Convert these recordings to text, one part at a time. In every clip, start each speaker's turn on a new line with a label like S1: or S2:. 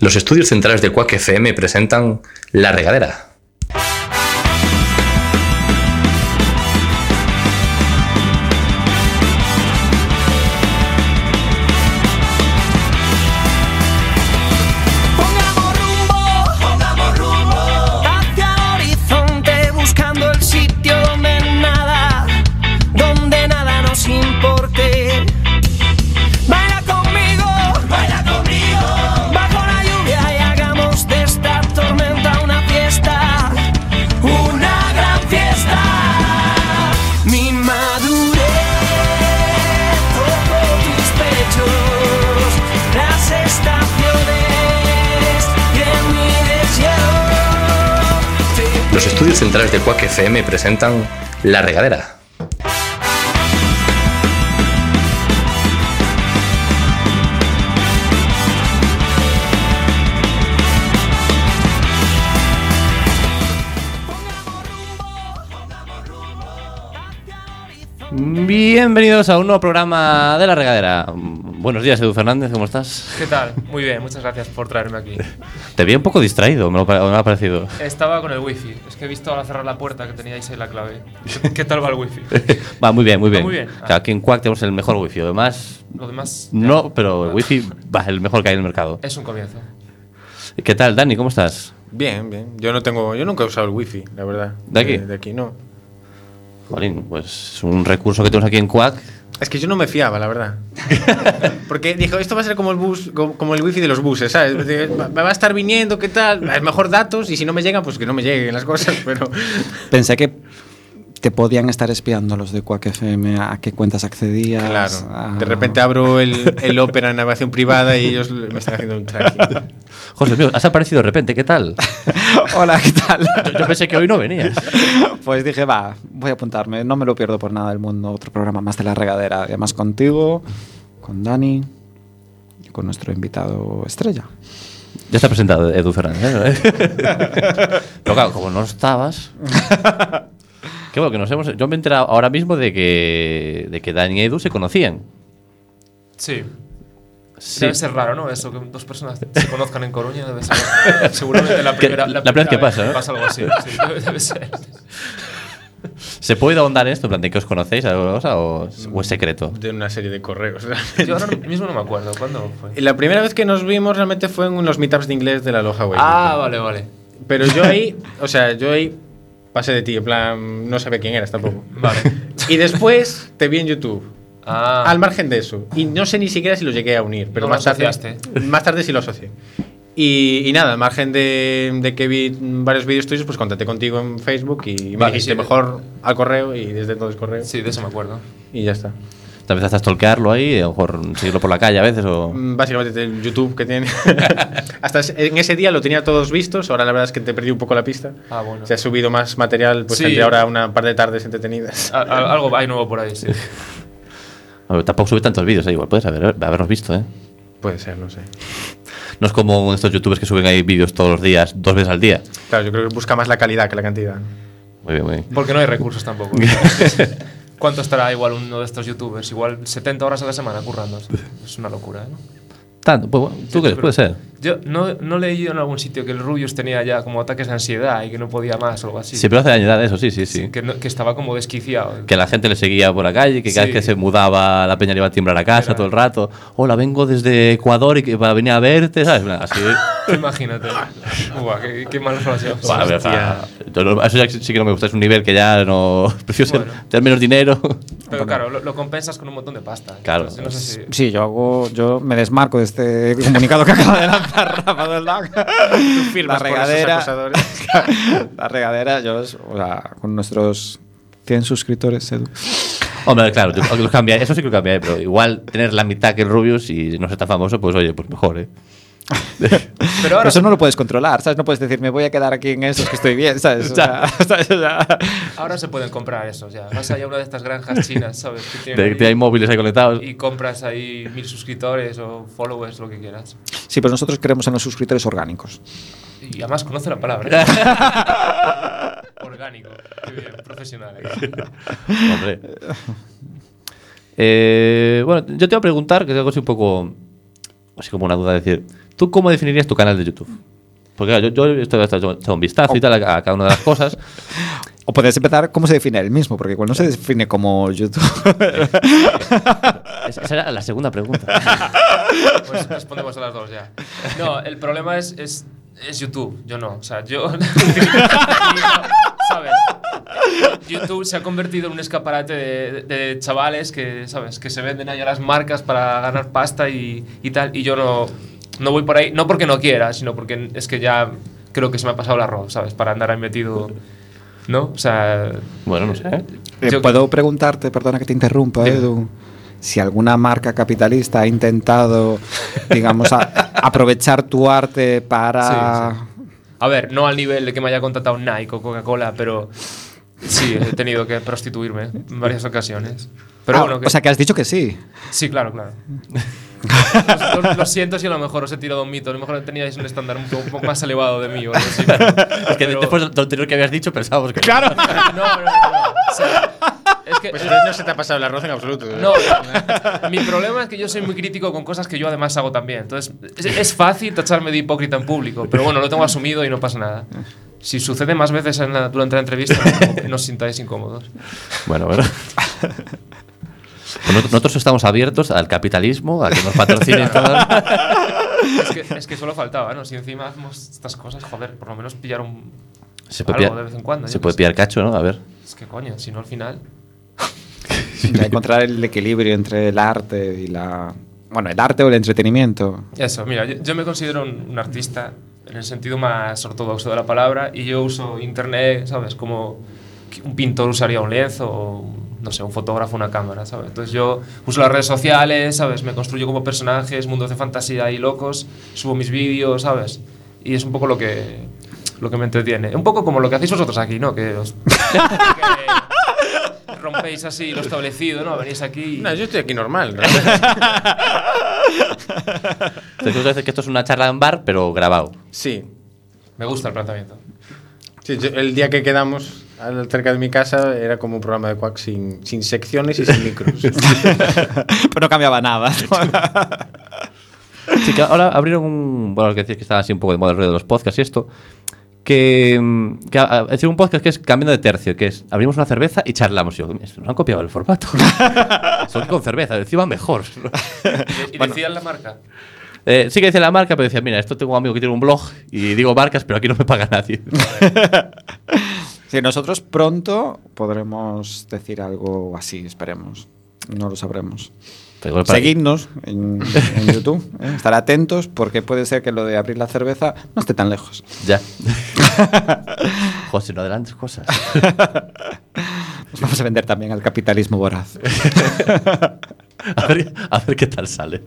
S1: Los estudios centrales de Quack FM presentan La Regadera.
S2: Pongamos rumbo, pongamos rumbo hacia el horizonte buscando el sitio donde nada, donde nada nos importe. Baila conmigo, baila conmigo bajo la lluvia y hagamos de esta tormenta una fiesta, una gran fiesta. Mi madurez tocó tus pechos, las estaciones y en mi deseo te
S1: Los estudios centrales de Quack FM presentan La Regadera.
S3: Bienvenidos a un nuevo programa de La Regadera. Mm, Buenos días, Edu Fernández, ¿cómo estás?
S4: ¿Qué tal? Muy bien, muchas gracias por traerme aquí.
S3: Te vi un poco distraído, me, lo pa- me ha parecido.
S4: Estaba con el wifi, es que he visto al cerrar la puerta que teníais ahí la clave. ¿Qué, qué tal va el wifi?
S3: Va, muy bien, muy bien.
S4: muy bien.
S3: O sea, aquí en Quack tenemos el mejor wifi. Además,
S4: Lo demás ya,
S3: no, pero el wifi va, el mejor que hay en el mercado.
S4: es un comienzo.
S3: ¿Qué tal, Dani? ¿Cómo estás?
S5: Bien, bien. Yo no tengo, yo nunca he usado el wifi, la verdad.
S3: ¿De aquí?
S5: De, aquí no.
S3: Jolín, pues es un recurso que tenemos aquí en Quack.
S5: Es que yo no me fiaba, la verdad. Porque dijo, esto va a ser como el bus, como como el wifi de los buses, ¿sabes? De- va- Va a estar viniendo, ¿qué tal? Es mejor datos y si no me llegan, pues que no me lleguen las cosas, pero
S6: Pensé que te podían estar espiando los de Quack FM a qué cuentas accedías.
S3: Ah,
S5: claro.
S6: a-
S5: De repente abro el, el Opera en navegación privada y ellos me están haciendo un tracking.
S3: José mío, has aparecido de repente, ¿qué tal?
S6: Hola, ¿qué tal?
S3: Yo, yo pensé que hoy no venías.
S6: Pues dije, va, voy a apuntarme. No me lo pierdo por nada del mundo. Otro programa más de la regadera. Y además contigo, con Dani y con nuestro invitado estrella.
S3: Ya está presentado Edu Fernández. ¿eh? Pero claro, como no estabas. Qué bueno que nos hemos. Yo me he enterado ahora mismo de que, de que Dani y Edu se conocían.
S4: Sí.
S3: Sí.
S4: Debe ser raro, ¿no? Eso, que dos personas se conozcan en Coruña debe ser seguramente la
S3: Que-
S4: primera,
S3: la primera vez que pasa, ¿no?
S4: algo así. sí, debe, debe ser.
S3: ¿Se puede ahondar en esto? En plan, ¿de que os conocéis? ¿Alguna cosa? ¿O, o es secreto?
S5: De una serie de correos.
S4: Yo ahora mismo no me acuerdo, ¿cuándo fue?
S5: Y La primera vez que nos vimos realmente fue en los meetups de inglés de la Loja Web.
S4: Ah, vale, vale.
S5: Pero yo ahí, o sea, yo ahí pasé de ti, en plan, no sabía quién eras tampoco.
S4: Vale.
S5: Y después te vi en YouTube.
S4: Ah,
S5: Al margen de eso. Y no sé ni siquiera si lo llegué a unir, pero
S4: No lo
S5: más tarde.
S4: asociaste.
S5: Más tarde sí lo asocié. Y, y nada, al margen de, de que vi varios vídeos tuyos, pues contacté contigo en Facebook y me
S4: Vale,
S5: dijiste
S4: sí.
S5: mejor al correo y desde entonces correo.
S4: sí, de eso me acuerdo.
S5: Y ya está.
S3: Tal vez hasta stalkearlo ahí, a lo mejor seguirlo por la calle a veces o.
S5: Mm, Básicamente el YouTube que tiene. Hasta ese- en ese día lo tenía todos vistos, ahora la verdad es que te perdí un poco la pista.
S4: Ah, bueno.
S5: Se ha subido más material, pues
S4: Sí.
S5: entre ahora una par de tardes entretenidas.
S4: A- a- Ah, algo hay nuevo por ahí, sí.
S3: A ver, tampoco sube tantos vídeos, eh, igual puedes haber, habernos visto, ¿eh?
S5: Puede ser, no sé.
S3: No es como estos youtubers que suben ahí vídeos todos los días, dos veces al día.
S5: Claro, yo creo que busca más la calidad que la cantidad.
S3: Muy bien, muy bien.
S4: Porque no hay recursos tampoco. ¿sabes? ¿Cuánto estará igual uno de estos youtubers? Igual 70 horas a la semana currando. Es una locura, ¿eh?
S3: Tanto, pues, bueno, ¿Tú crees? Puede ser.
S4: Yo no, no leí en algún sitio que el Rubius tenía ya como ataques de ansiedad y que no podía más o algo así.
S3: Sí, pero hace daño edad eso, sí, sí, sí.
S4: que, no- que estaba como desquiciado.
S3: Que la gente le seguía por la calle, que cada
S4: Sí.
S3: vez que se mudaba la peña le iba a timbrar a casa
S4: Era-
S3: todo el rato. Hola, vengo desde Ecuador y que para venir a verte, ¿sabes? Así.
S4: Imagínate. Buah, qué, qué mala relación.
S3: Buah, pero, ja, yo no- eso ya sí que no me gusta, es un nivel que ya no. Prefiero ser-
S4: Bueno.
S3: tener menos dinero.
S4: Pero claro, lo, lo compensas con un montón de pasta.
S3: Claro.
S4: Entonces, no sé si-
S6: Sí, yo hago, yo me desmarco de este comunicado que acaba de lanzar Rafa del Lag.
S5: firmas por esos acosadores.
S6: la regadera, yo, es- o sea, con nuestros 100 suscriptores, Edu.
S3: Hombre, claro, yo- lo cambia- eso sí que lo cambiaré, pero igual tener la mitad que el Rubius y no ser tan famoso, pues oye, pues mejor, ¿eh?
S4: Pero
S6: Pero
S4: ahora,
S6: eso no lo puedes controlar, ¿sabes? No puedes decir, me voy a quedar aquí en eso, que estoy bien, ¿sabes? O sea, ¿sabes? O sea,
S4: ahora se pueden comprar esos ya. Vas ahí a una de estas granjas chinas, ¿sabes? Que tienen
S3: De,
S4: ahí
S3: de hay móviles ahí conectados.
S4: y compras ahí mil suscriptores o followers, lo que quieras.
S6: sí, pero nosotros creemos en los suscriptores orgánicos.
S4: Y además conoce la palabra. ¿eh? Orgánico. Qué bien, profesional. ¿eh?
S3: Hombre. Eh, bueno, yo te voy a preguntar, que es algo así un poco, un así como una duda, de decir, ¿tú cómo definirías tu canal de YouTube? Porque claro, yo, yo he estado- he estado echando un vistazo y tal a, a cada una de las cosas.
S6: O podrías empezar cómo se define el mismo, porque igual no se define como YouTube.
S3: Es- Esa era la segunda pregunta.
S4: Pues respondemos a las dos ya. No, el problema es, es, es YouTube. Yo no. O sea, yo. ¿Sabes? YouTube se ha convertido en un escaparate de, de chavales que, ¿sabes? Que se venden ahí a las marcas para ganar pasta y, y tal. Y yo no, no voy por ahí. No porque no quiera, sino porque es que ya creo que se me ha pasado el arroz, ¿sabes? Para andar ahí metido. ¿No? O sea.
S3: Bueno, no sé.
S6: Eh,
S4: yo-
S6: Puedo preguntarte, perdona que te interrumpa,
S4: Dime.
S6: Edu, si alguna marca capitalista ha intentado, digamos, a- aprovechar tu arte para...
S4: Sí, A ver, no al nivel de que me haya contratado Nike o Coca-Cola, pero sí, he tenido que prostituirme en varias ocasiones. Pero
S6: Ah,
S4: bueno, que-
S6: O sea, que has dicho que sí.
S4: sí, claro, claro. Lo- lo, lo siento si a lo mejor os he tirado un mito, a lo mejor teníais un estándar un poco, un poco más elevado de mí. o algo así, pero-
S3: Es que de-
S4: pero-
S3: después de lo anterior que habías dicho pensábamos que. Claro.
S4: No, no, no. no, o sea, es que...
S5: Pues entonces no se te ha pasado el arroz en absoluto. ¿eh?
S4: No, mi problema es que yo soy muy crítico con cosas que yo además hago también. Entonces, es, es fácil tacharme de hipócrita en público, pero bueno, lo tengo asumido y no pasa nada. Si sucede más veces en la- durante la entrevista, no os sintáis incómodos.
S3: Bueno, bueno. Pues nosotros- Nosotros estamos abiertos al capitalismo, a que nos patrocinen todas.
S4: Es que, es que solo faltaba, ¿no? Si encima hacemos estas cosas, joder, por lo menos pillar un.
S3: Se
S4: algo
S3: puede, pillar,
S4: de vez en cuando. yo
S3: se
S4: qué
S3: puede
S4: sé.
S3: pillar cacho, ¿no? A ver.
S4: Es que coño, si no al final.
S6: De encontrar el equilibrio entre el arte y la... Bueno, el arte o el entretenimiento.
S4: Eso, mira, yo, yo me considero un, un artista en el sentido más ortodoxo de la palabra y yo uso internet, ¿sabes? Como que un pintor usaría un lienzo o, un- no sé, un fotógrafo una cámara, ¿sabes? Entonces yo uso las redes sociales, ¿sabes? Me construyo como personajes, mundos de fantasía y locos, subo mis vídeos, ¿sabes? Y es un poco lo que, lo que me entretiene. Un poco como lo que hacéis vosotros aquí, ¿no? Que os... que rompéis así lo establecido, ¿no? Venís aquí y...
S5: No, yo estoy aquí normal. ¿no?
S3: Entonces, tú dices que esto es una charla en bar, pero grabado.
S5: Sí.
S4: Me gusta el planteamiento.
S5: Sí, yo- el día que quedamos al- cerca de mi casa era como un programa de Quack sin, sin secciones y sin micros.
S6: Pero no cambiaba nada.
S3: Sí, que ahora abrieron un. Bueno, lo que decías que estaba así un poco de moda el ruido de los podcasts y esto. Que. mm, que a- a- es decir, un podcast que es cambiando de tercio, que es abrimos una cerveza y charlamos. Y Yo, "Mira, nos han copiado el formato. Son con cerveza, encima mejor.
S4: ¿Y, y decían la marca?
S3: Eh, sí que dice la marca, pero decía, mira, esto tengo un amigo que tiene un blog y digo marcas, pero aquí no me paga nadie.
S6: Sí, nosotros pronto podremos decir algo así, esperemos. No lo sabremos.
S3: Pero igual para-
S6: Seguidnos en, en YouTube, ¿eh? estar atentos porque puede ser que lo de abrir la cerveza no esté tan lejos.
S3: Ya. José, no adelantes cosas.
S6: Nos vamos a vender también al capitalismo voraz.
S3: A ver, a ver qué tal sale.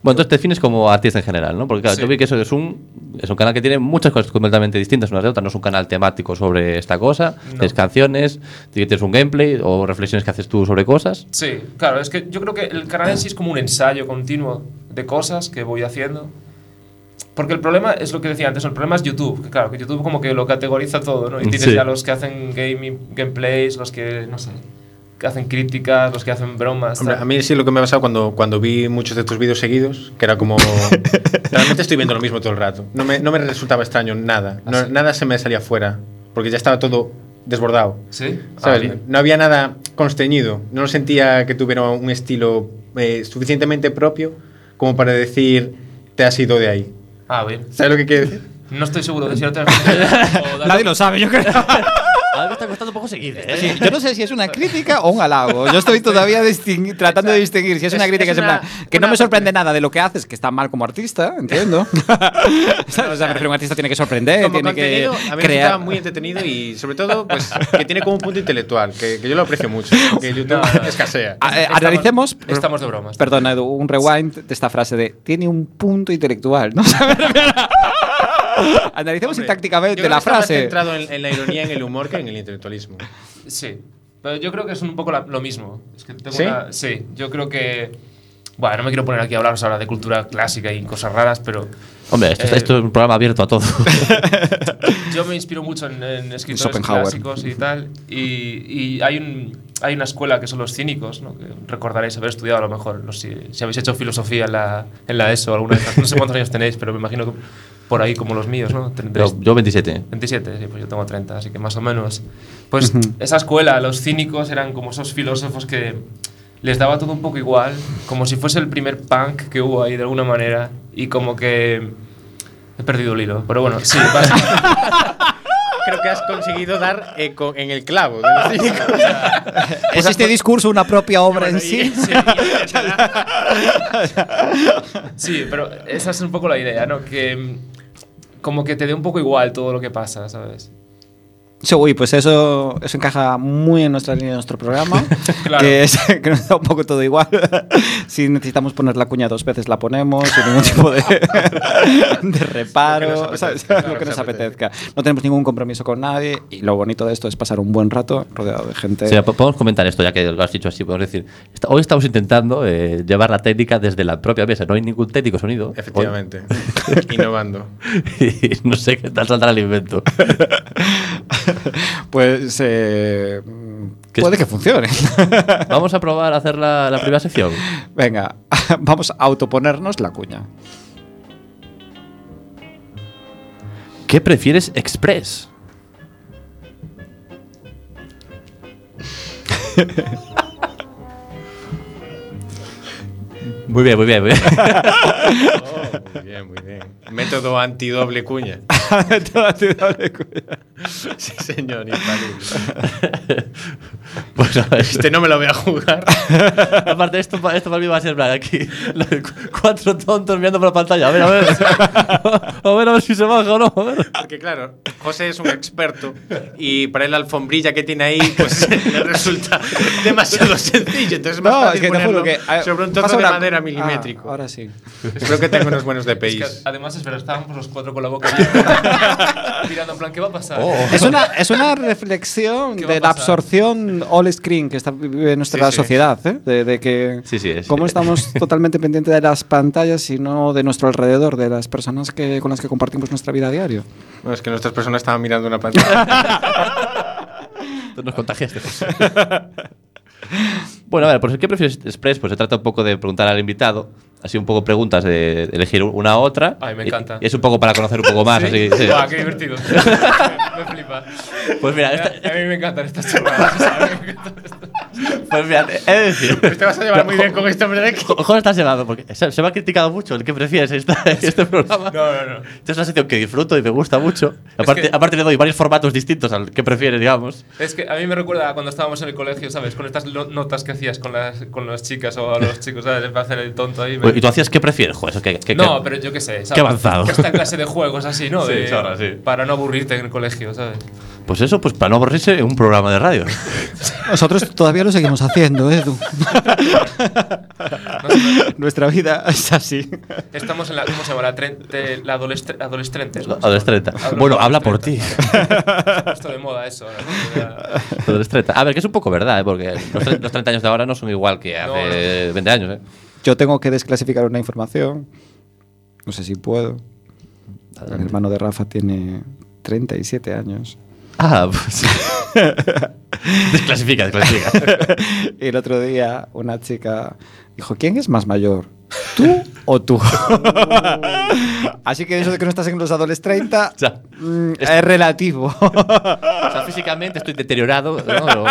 S3: Bueno, entonces te defines como artista en general, ¿no? Porque claro,
S4: Sí.
S3: yo vi que eso es un, es un canal que tiene muchas cosas completamente distintas unas de otras. No es un canal temático sobre esta cosa, tienes canciones, tienes un gameplay o reflexiones que haces tú sobre cosas.
S4: Sí, claro, es que yo creo que el canal en sí es como un ensayo continuo de cosas que voy haciendo. Porque el problema es lo que decía antes, el problema es YouTube, que claro, que YouTube como que lo categoriza todo, ¿no? Y tienes
S3: Sí.
S4: ya los que hacen gaming, gameplays, los que, no sé, que hacen críticas, los que hacen bromas.
S5: Hombre,
S4: tal.
S5: a mí sí lo que me ha pasado cuando, cuando vi muchos de tus vídeos seguidos, que era como... Realmente estoy viendo lo mismo todo el rato. No me, no me resultaba extraño nada. No- nada se me salía fuera, porque ya estaba todo desbordado.
S4: ¿Sí? Ah,
S5: ¿Sabes?
S4: bien.
S5: No había nada constreñido. No sentía que tuviera un estilo eh, suficientemente propio como para decir te has ido de ahí.
S4: Ah, bien.
S5: ¿Sabes lo que quiero decir?
S6: Eh,
S4: No estoy seguro de si ahora te- o dar-
S6: Nadie lo sabe, yo creo.
S3: A mí me está costando un poco seguir, ¿eh?
S6: Sí, yo no sé si es una crítica o un halago. Yo estoy todavía distingui- tratando de distinguir si es una
S5: Es-
S6: crítica
S5: es
S6: que
S5: una-
S6: que no
S5: una-
S6: me sorprende nada de lo que haces, que está mal como artista, entiendo. ¿Sabes? O sea, me refiero, un artista tiene que sorprender,
S5: Como
S6: tiene que
S5: contenido, a mí me resultaba
S6: crear.
S5: muy entretenido y sobre todo pues, que tiene como un punto intelectual, que, que yo lo aprecio mucho, que YouTube
S4: No, no.
S5: escasea.
S6: A- eh,
S4: Estamos-
S6: analicemos.
S4: Estamos de bromas.
S6: Perdona, Edu, un rewind de esta frase de tiene un punto intelectual, ¿no? Analicemos
S5: Hombre, yo
S6: sintácticamente
S5: creo que
S6: la
S5: está más
S6: frase.
S5: centrado en, en la ironía, en el humor que en el intelectualismo.
S4: Sí, pero yo creo que es un poco la- lo mismo. Es que tengo
S5: ¿Sí?
S4: una- sí, yo creo que Bueno, no me quiero poner aquí a hablaros ahora de cultura clásica y cosas raras, pero
S3: Hombre, esto,
S4: Eh,
S3: esto es un programa abierto a todo.
S4: yo me inspiro mucho en, en escritores
S6: Schopenhauer.
S4: clásicos y tal. Y, y hay, un, hay una escuela que son los cínicos, ¿no? que recordaréis haber estudiado a lo mejor, no sé, si habéis hecho filosofía en la, en la ESO alguna de estas. No sé cuántos años tenéis, pero me imagino que por ahí como los míos, ¿no? Tendréis
S3: yo, yo 27.
S4: 27, sí, pues yo tengo 30, así que más o menos. Pues esa escuela, los cínicos eran como esos filósofos que les daba todo un poco igual, como si fuese el primer punk que hubo ahí de alguna manera, y como que he perdido el hilo, pero bueno, sí, básicamente,
S5: Creo que has conseguido dar eh, con- en el clavo. de los cínicos. Pues
S7: ¿Es este discurso una propia obra en sí?
S4: sí, sí, pero esa es un poco la idea, ¿no? Que mm, como que te dé un poco igual todo lo que pasa, ¿sabes?
S6: Sí, uy, pues eso, eso encaja muy en nuestra línea de nuestro programa,
S4: Claro.
S6: que, es- que nos da un poco todo igual. si necesitamos poner la cuña dos veces, la ponemos, sin ningún tipo de, de reparo,
S5: Lo que nos
S6: ¿sabes?
S5: apetezca,
S6: lo que nos
S5: nos apetezca.
S6: apetezca. No tenemos ningún compromiso con nadie y lo bonito de esto es pasar un buen rato rodeado de gente.
S3: Sí, po- podemos comentar esto, ya que lo has dicho así. Podemos decir, est- hoy estamos intentando eh, llevar la técnica desde la propia mesa. No hay ningún técnico sonido. hoy.
S5: Efectivamente. Innovando.
S3: y no sé qué tal saldrá el invento.
S6: Pues eh,
S3: ¿Qué
S6: puede
S3: es?
S6: que funcione.
S3: Vamos a probar a hacer la, la primera sección.
S6: Venga, vamos a autoponernos la cuña.
S3: ¿Qué prefieres express? Muy bien, muy bien, muy bien.
S5: Muy bien, muy bien. Método antidoble cuña. Sí, señor, infalible.
S3: Pues a ver,
S5: Este no me lo voy a jugar.
S3: aparte, esto, pa- esto para mí va a ser en plan, aquí. la- cu- Cuatro tontos mirando por la pantalla. A ver, a ver. A ver, a ver si se baja o no. a ver.
S5: Porque claro, José es un experto y para él la alfombrilla que tiene ahí pues le resulta demasiado sencillo. Entonces es más fácil ponerlo
S6: ah,
S5: sobre un trozo
S6: pasa
S5: de
S6: una-
S5: madera
S6: ah,
S5: milimétrico.
S6: ahora sí.
S5: Creo que tengo unos buenos
S4: Es que,
S5: DPIs.
S4: además, espera, estábamos los cuatro con la boca abierta, mirando en plan, ¿qué va a pasar?
S6: Es una, es una reflexión
S4: ¿Qué va a
S6: de la
S4: pasar?
S6: absorción all screen que está vive nuestra
S5: Sí, sí.
S6: sociedad, ¿eh? de, de que
S3: Sí, sí, es-
S6: cómo estamos totalmente pendientes de las pantallas y no de nuestro alrededor, de las personas que, con las que compartimos nuestra vida a diario.
S5: Bueno, es que nuestras personas estaban mirando una pantalla.
S3: Tú Nos contagiaste. bueno, a ver, pues ¿qué prefieres Express? Pues se trata un poco de preguntar al invitado, así un poco preguntas de elegir una u otra.
S4: Ay, me
S3: Y-
S4: encanta.
S3: Y, es un poco para conocer un poco más, así. sí.
S4: Ah, qué divertido. me flipa.
S3: Pues mira,
S4: Mira, eh.
S3: esta-
S4: a mí me encantan estas chorradas. ¿sabes?
S3: pues mira, he de decir.
S5: Te vas a llevar muy bien con este hombre de aquí.
S3: Jo- Jorge está llevado porque se, se me ha criticado mucho el que prefieres esta- este programa.
S4: No, no, no.
S3: Esta es una sección que disfruto y me gusta mucho. Aparte,
S4: que-
S3: aparte le doy varios formatos distintos al que prefieres, digamos.
S4: Es que a mí me recuerda a cuando estábamos en el colegio, ¿sabes? Con estas lo- notas que hacías con las, con las chicas o a los chicos, ¿sabes? Para hacer el tonto ahí. me-
S3: ¿Y tú hacías qué prefieres? Joder, eso que, que-
S4: no,
S3: que-
S4: pero yo qué sé. ¿sabes?
S3: Qué avanzado.
S4: Esta clase de juegos así, ¿no?
S3: Sí,
S4: De-
S3: chorra, sí.
S4: Para no aburrirte en el colegio, ¿sabes?
S3: Pues eso, pues para no aburrirse, un programa de radio.
S7: Nosotros todavía lo seguimos haciendo, Edu.
S6: Nuestra vida es así.
S4: Estamos en la. ¿Cómo se llama? La, tren- de- la adolescente. Adolescentes. ¿no?
S3: Adolescente.
S4: Adolescente.
S3: Bueno, habla por ti.
S4: Esto de moda, eso. ahora, ¿no?
S3: Adolescente. A ver, que es un poco verdad, ¿eh? porque los, tre- los 30 años de ahora no son igual que
S4: No,
S3: hace 20 años. ¿eh?
S6: Yo tengo que desclasificar una información. No sé si puedo. El hermano de Rafa tiene 37 años.
S3: Ah, pues. desclasifica, desclasifica.
S6: Y el otro día una chica dijo, ¿quién es más mayor? ¿Tú o tú? Así que eso de que no estás en los adolescentes 30
S3: Ya.
S6: mm, es relativo.
S3: O sea, físicamente estoy deteriorado. ¿no? Pero-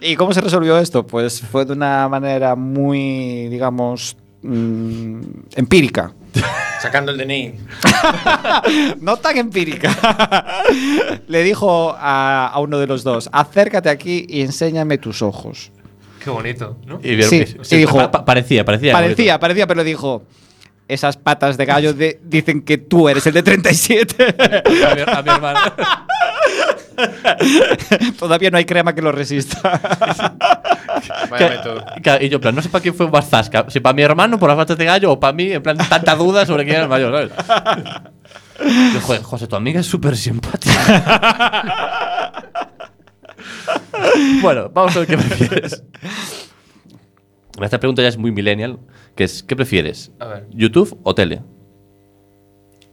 S6: ¿Y cómo se resolvió esto? Pues fue de una manera muy, digamos, mm, empírica.
S5: Sacando el DNI.
S6: No tan empírica. Le dijo a, a uno de los dos, acércate aquí y enséñame tus ojos.
S4: Qué bonito, ¿no?
S3: Y vieron
S6: Sí,
S3: que-
S6: y dijo-
S3: pa- pa- parecía, parecía.
S6: Parecía, parecía, pero digo Esas patas de gallo de- dicen que tú eres el de 37.
S3: A mi, a mi hermano.
S6: Todavía no hay crema que lo resista.
S5: Vaya método.
S3: Claro, Y yo, en plan, no sé para quién fue más zasca. Si para mi hermano, por las patas de gallo, o para mí, en plan, tanta duda sobre quién era el mayor, ¿sabes? Yo, joder, José, tu amiga es súper simpática. bueno, vamos a ver qué prefieres. Esta pregunta ya es muy millennial, que es, ¿qué prefieres?
S4: A ver.
S3: ¿YouTube o tele?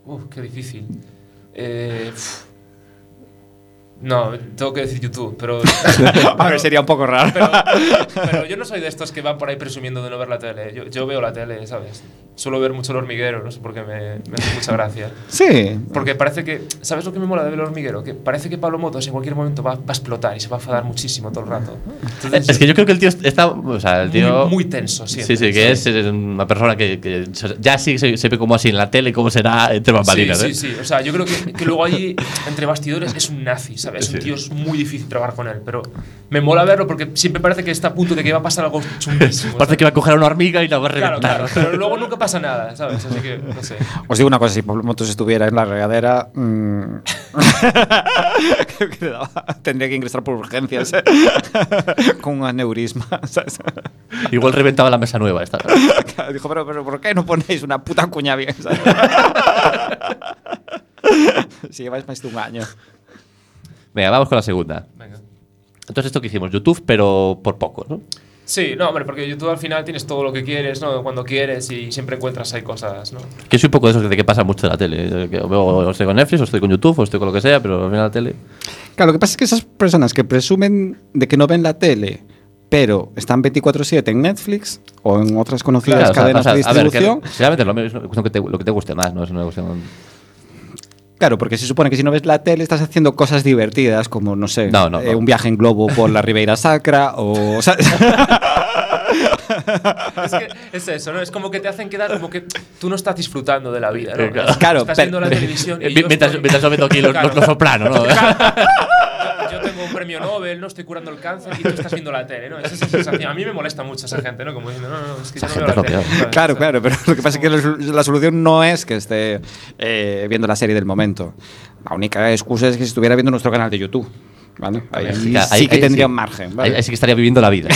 S4: Uf, qué difícil. Eh, pf. no, tengo que decir YouTube, pero,
S6: A ver, sería un poco raro.
S4: pero, pero yo no soy de estos que van por ahí presumiendo de no ver la tele. Yo, yo veo la tele, ¿sabes? Suelo ver mucho el hormiguero, no sé por qué me, me hace mucha gracia.
S6: Sí.
S4: Porque parece que. ¿Sabes lo que me mola de ver el hormiguero? Que parece que Pablo Motos en cualquier momento va, va a explotar y se va a enfadar muchísimo todo el rato. Entonces,
S3: Es que yo creo que el tío está. O sea, el
S4: muy,
S3: tío.
S4: muy tenso
S3: Sí,
S4: siempre.
S3: sí, que es eh, una persona que, que se- ya sí se, se ve como así en la tele, cómo será entre
S4: Sí,
S3: bambalinas.
S4: sí,
S3: ¿eh?
S4: sí. O sea, yo creo que, que luego ahí, entre bastidores, es un nazi, ¿sabes? Es un
S3: Sí.
S4: tío es muy difícil trabajar con él, pero me mola verlo porque siempre parece que está a punto de que va a pasar algo chunguísimo.
S3: Pues Parece que va a coger a una hormiga y la va a
S4: Claro,
S3: reventar.
S4: claro, pero luego nunca pasa nada, ¿sabes? Así que, no sé.
S6: Os digo una cosa, si Pablo Motos estuviera en la regadera, mm, creo que le daba- tendría que ingresar por urgencias ¿eh? con un aneurisma. ¿sabes?
S3: Igual reventaba la mesa nueva esta.
S6: Claro, Dijo, pero, pero ¿por qué no ponéis una puta cuña bien? ¿sabes? si lleváis más de un año.
S3: Venga, vamos con la segunda.
S4: Venga.
S3: Entonces, esto que hicimos, YouTube, pero por poco, ¿no?
S4: Sí, no, hombre, porque YouTube al final tienes todo lo que quieres, ¿no? Cuando quieres y siempre encuentras ahí cosas, ¿no?
S3: Que soy un poco de esos de que pasa mucho en la tele. eh, Que veo, o estoy con Netflix, o estoy con YouTube, o estoy con lo que sea, pero al final la tele.
S6: Claro, lo que pasa es que esas personas que presumen de que no ven la tele, pero están 24-7 en Netflix o en otras conocidas
S3: Claro, o sea,
S6: cadenas
S3: pasa-
S6: de
S3: a ver, que
S6: distribución.
S3: sinceramente, lo, es una cuestión que te, lo que te guste más, ¿no? Es una cuestión.
S6: Claro, porque se supone que si no ves la tele estás haciendo cosas divertidas, como, no sé,
S3: No, no,
S6: eh,
S3: no.
S6: un viaje en globo por la Ribeira Sacra o... o sea,
S4: Es que es eso, ¿no? Es como que te hacen quedar como que tú no estás disfrutando de la vida, ¿no?
S3: Eh, claro.
S6: Claro,
S4: Estás
S6: pero-
S4: viendo la televisión
S3: Eh,
S4: y yo
S3: mientras,
S4: estoy-
S3: mientras yo meto aquí los,
S4: Claro.
S3: los, los sopranos, ¿no?
S4: Yo- Yo tengo un premio Nobel, no estoy curando el cáncer y tú estás viendo la tele, ¿no? Esa es la sensación. A mí me molesta mucho esa gente, ¿no? Como diciendo, no, no, no, es que yo no
S3: Esa gente
S4: veo la
S3: es lo
S4: tele.
S3: peor.
S4: ¿sabes?
S6: claro,
S4: O sea,
S6: claro, pero lo que pasa es que la sol- la solución no es que esté eh, viendo la serie del momento. La única excusa es que si estuviera viendo nuestro canal de YouTube. ¿vale? Ahí, sí que tendría un margen. ¿vale?
S3: Ahí, ahí sí que estaría viviendo la vida.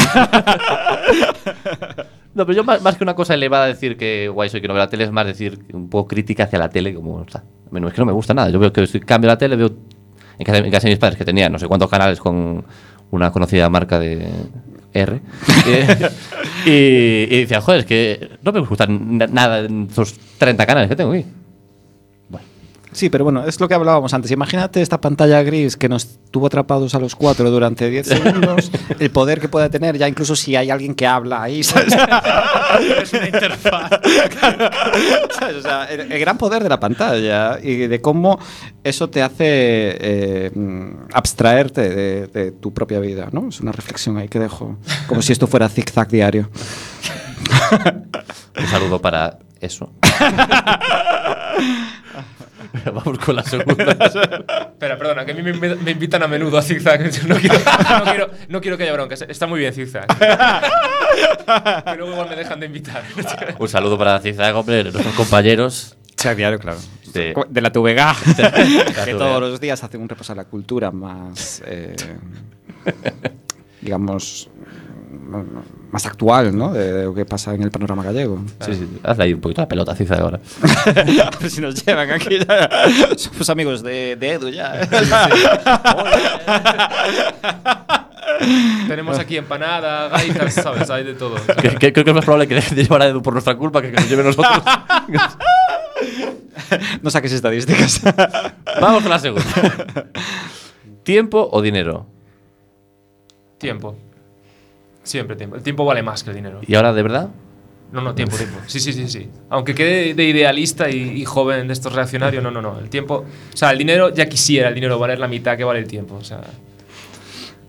S3: no, pero yo más, más que una cosa elevada decir que guay soy que no veo la tele, es más decir un poco crítica hacia la tele, como, o sea, bueno, es que no me gusta nada. Yo veo que si cambio la tele, veo en casa, en casa de mis padres que tenían no sé cuántos canales con una conocida marca de R. eh, y, y decía, joder, es que no me gustan na- nada de esos 30 canales que tengo aquí.
S6: Sí, pero bueno, es lo que hablábamos antes. Imagínate esta pantalla gris que nos tuvo atrapados a los cuatro durante 10 segundos, el poder que pueda tener, ya incluso si hay alguien que habla ahí. ¿sabes?
S5: Es una interfaz.
S6: ¿Sabes? O sea, el, el gran poder de la pantalla y de cómo eso te hace eh, mm, abstraerte de, de tu propia vida, ¿no? Es una reflexión ahí que dejo, como si esto fuera zigzag diario.
S3: Un saludo para eso. Vamos con la segunda.
S4: Espera, perdona, que a mí me, me invitan a menudo a zigzag. Yo No quiero, no, quiero, no quiero que haya broncas. Está muy bien zigzag. Pero luego igual me dejan de invitar.
S3: Un saludo para Zigzag, hombre, nuestros compañeros.
S6: diario, claro.
S3: De,
S6: De la TVG.
S3: La
S6: que
S3: TVG.
S6: todos los días hacen un repaso a la cultura más, eh, digamos, mm, más actual, ¿no? De, de lo que pasa en el panorama gallego.
S3: sí, sí, hazle ahí un poquito la pelota, Zigzag, ahora.
S6: Pero Pues si nos llevan aquí, ya. somos amigos de, de Edu ya.
S4: Tenemos aquí empanada, gaitas, ¿sabes? Hay de todo.
S3: Que- que- Creo que es más probable que deje de llevar a Edu por nuestra culpa que que nos lleve a nosotros.
S6: No saques estadísticas.
S3: Vamos con la segunda. ¿Tiempo o dinero?
S4: Tiempo. Siempre tiempo. El tiempo vale más que el dinero.
S3: ¿Y ahora de verdad?
S4: No, no, tiempo, tiempo. Sí, sí, sí, sí. Aunque quede de idealista y, y joven de estos reaccionarios, no, no, no. El tiempo, o sea, el dinero ya quisiera el dinero valer la mitad que vale el tiempo. O sea,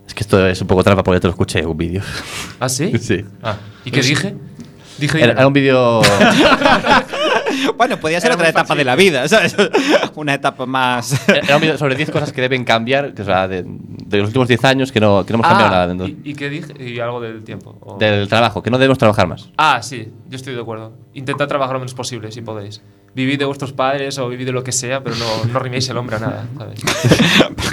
S3: Es que esto es un poco trampa porque te lo escuché en un vídeo.
S4: ¿ah, sí?
S3: Sí.
S4: Ah, ¿y qué dije? Dije
S3: Era,
S4: dinero.
S3: era un vídeo.
S6: Bueno, podía ser
S4: Era
S6: otra
S4: muy
S6: etapa
S4: fácil.
S6: de la vida, ¿sabes? Una etapa más.
S3: Era un vídeo sobre 10 cosas que deben cambiar, que, o sea, de, de los últimos 10 años que no, que no hemos cambiado
S4: ah,
S3: nada. dentro-
S4: ¿y, y qué dije? Y algo del tiempo. o-
S3: Del trabajo, que no debemos trabajar más.
S4: Ah, sí, yo estoy de acuerdo. Intentad trabajar lo menos posible, si podéis. Vivid de vuestros padres o vivid de lo que sea, pero no, no riméis el hombre a nada, ¿sabes?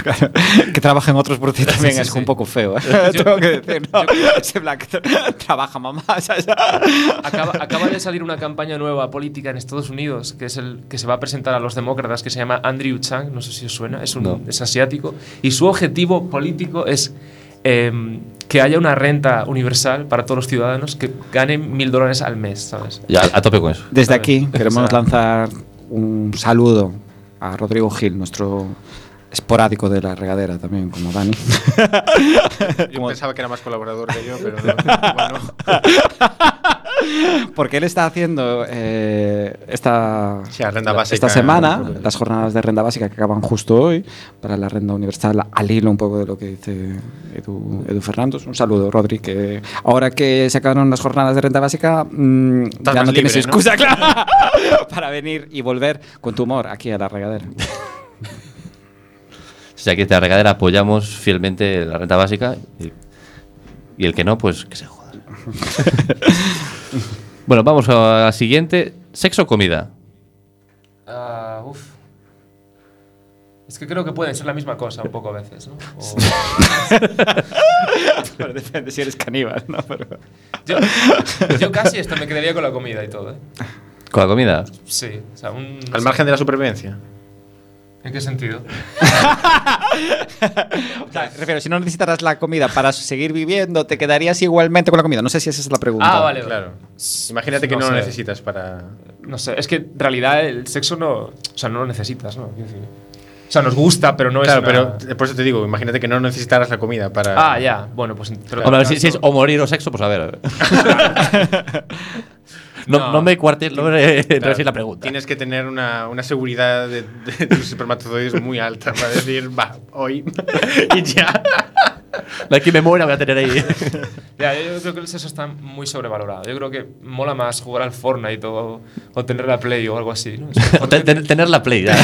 S6: Claro, que trabajen otros por ti también
S4: sí,
S6: es
S4: sí.
S6: un poco feo, ¿eh?
S4: Yo-
S6: Tengo que decir, ¿no?
S4: yo creo-
S6: Ese plan que tra- trabaja mamá, ¿sabes?
S4: Acaba, acaba de salir una campaña nueva política en Estados Unidos que es el que se va a presentar a los demócratas que se llama Andrew Chang, no sé si os suena, es, un,
S3: No.
S4: es asiático y su objetivo político es em, que haya una renta universal para todos los ciudadanos que ganen mil dólares al mes, ¿sabes?
S3: Ya, a tope con eso.
S6: Desde
S4: ¿sabes?
S6: aquí
S4: O
S6: queremos
S4: sea-
S6: lanzar un saludo a Rodrigo Gil, nuestro esporádico de la regadera también, como Dani.
S5: Yo pensaba que era más colaborador que yo, pero no, igual no.
S6: Porque él está haciendo eh, esta,
S5: Sí, la renta básica.
S6: esta semana las jornadas de renta básica que acaban justo hoy para la renta universal, al hilo un poco de lo que dice Edu, Edu Fernández. Un saludo, Rodri, que ahora que se acabaron las jornadas de renta básica, mm, ya
S5: Estás
S6: no
S5: más
S6: tienes
S5: libre, ¿no?
S6: excusa, claro, para venir y volver con tu humor aquí a la regadera.
S3: O sea, aquí en la regadera apoyamos fielmente la renta básica y, y el que no, pues que se joda. bueno, vamos a la siguiente. ¿Sexo o comida?
S4: Ah, uf. Es que creo que pueden ser la misma cosa un poco a veces, ¿no? O-
S6: Pero depende si eres caníbal, ¿no? Pero-
S4: yo, yo casi esto me quedaría con la comida y todo, ¿eh?
S3: ¿Con la comida?
S4: Sí, o sea, un...
S5: Al margen de la supervivencia.
S4: ¿En qué sentido?
S6: O sea, refiero, si no necesitaras la comida para seguir viviendo, te quedarías igualmente con la comida. No sé si esa es la pregunta.
S4: Ah, vale, vale.
S5: Claro. Imagínate que no,
S4: sé.
S5: lo necesitas para.
S4: No sé, es que en realidad el sexo no. O sea, no lo necesitas, ¿no? Quiero decir, O sea, nos gusta, pero no
S5: claro,
S4: es. una-
S5: pero por eso te digo, imagínate que no necesitaras la comida para.
S4: Ah, ya. Bueno, pues. pero-
S3: Hombre, a ver, si, si es o morir o sexo, pues a ver. a ver. no, no.
S4: No.
S3: me cuartes, no me no
S5: Claro.
S3: es la pregunta.
S5: Tienes que tener una, una seguridad de, de tus espermatozoides muy alta para decir, va, hoy y ya.
S3: La que me muera voy a tener ahí.
S4: Ya, yo creo que el sexo está muy sobrevalorado. Yo creo que mola más jugar al Fortnite o, o tener la Play o algo así, ¿no?
S3: o ten- ten- tener la play ya.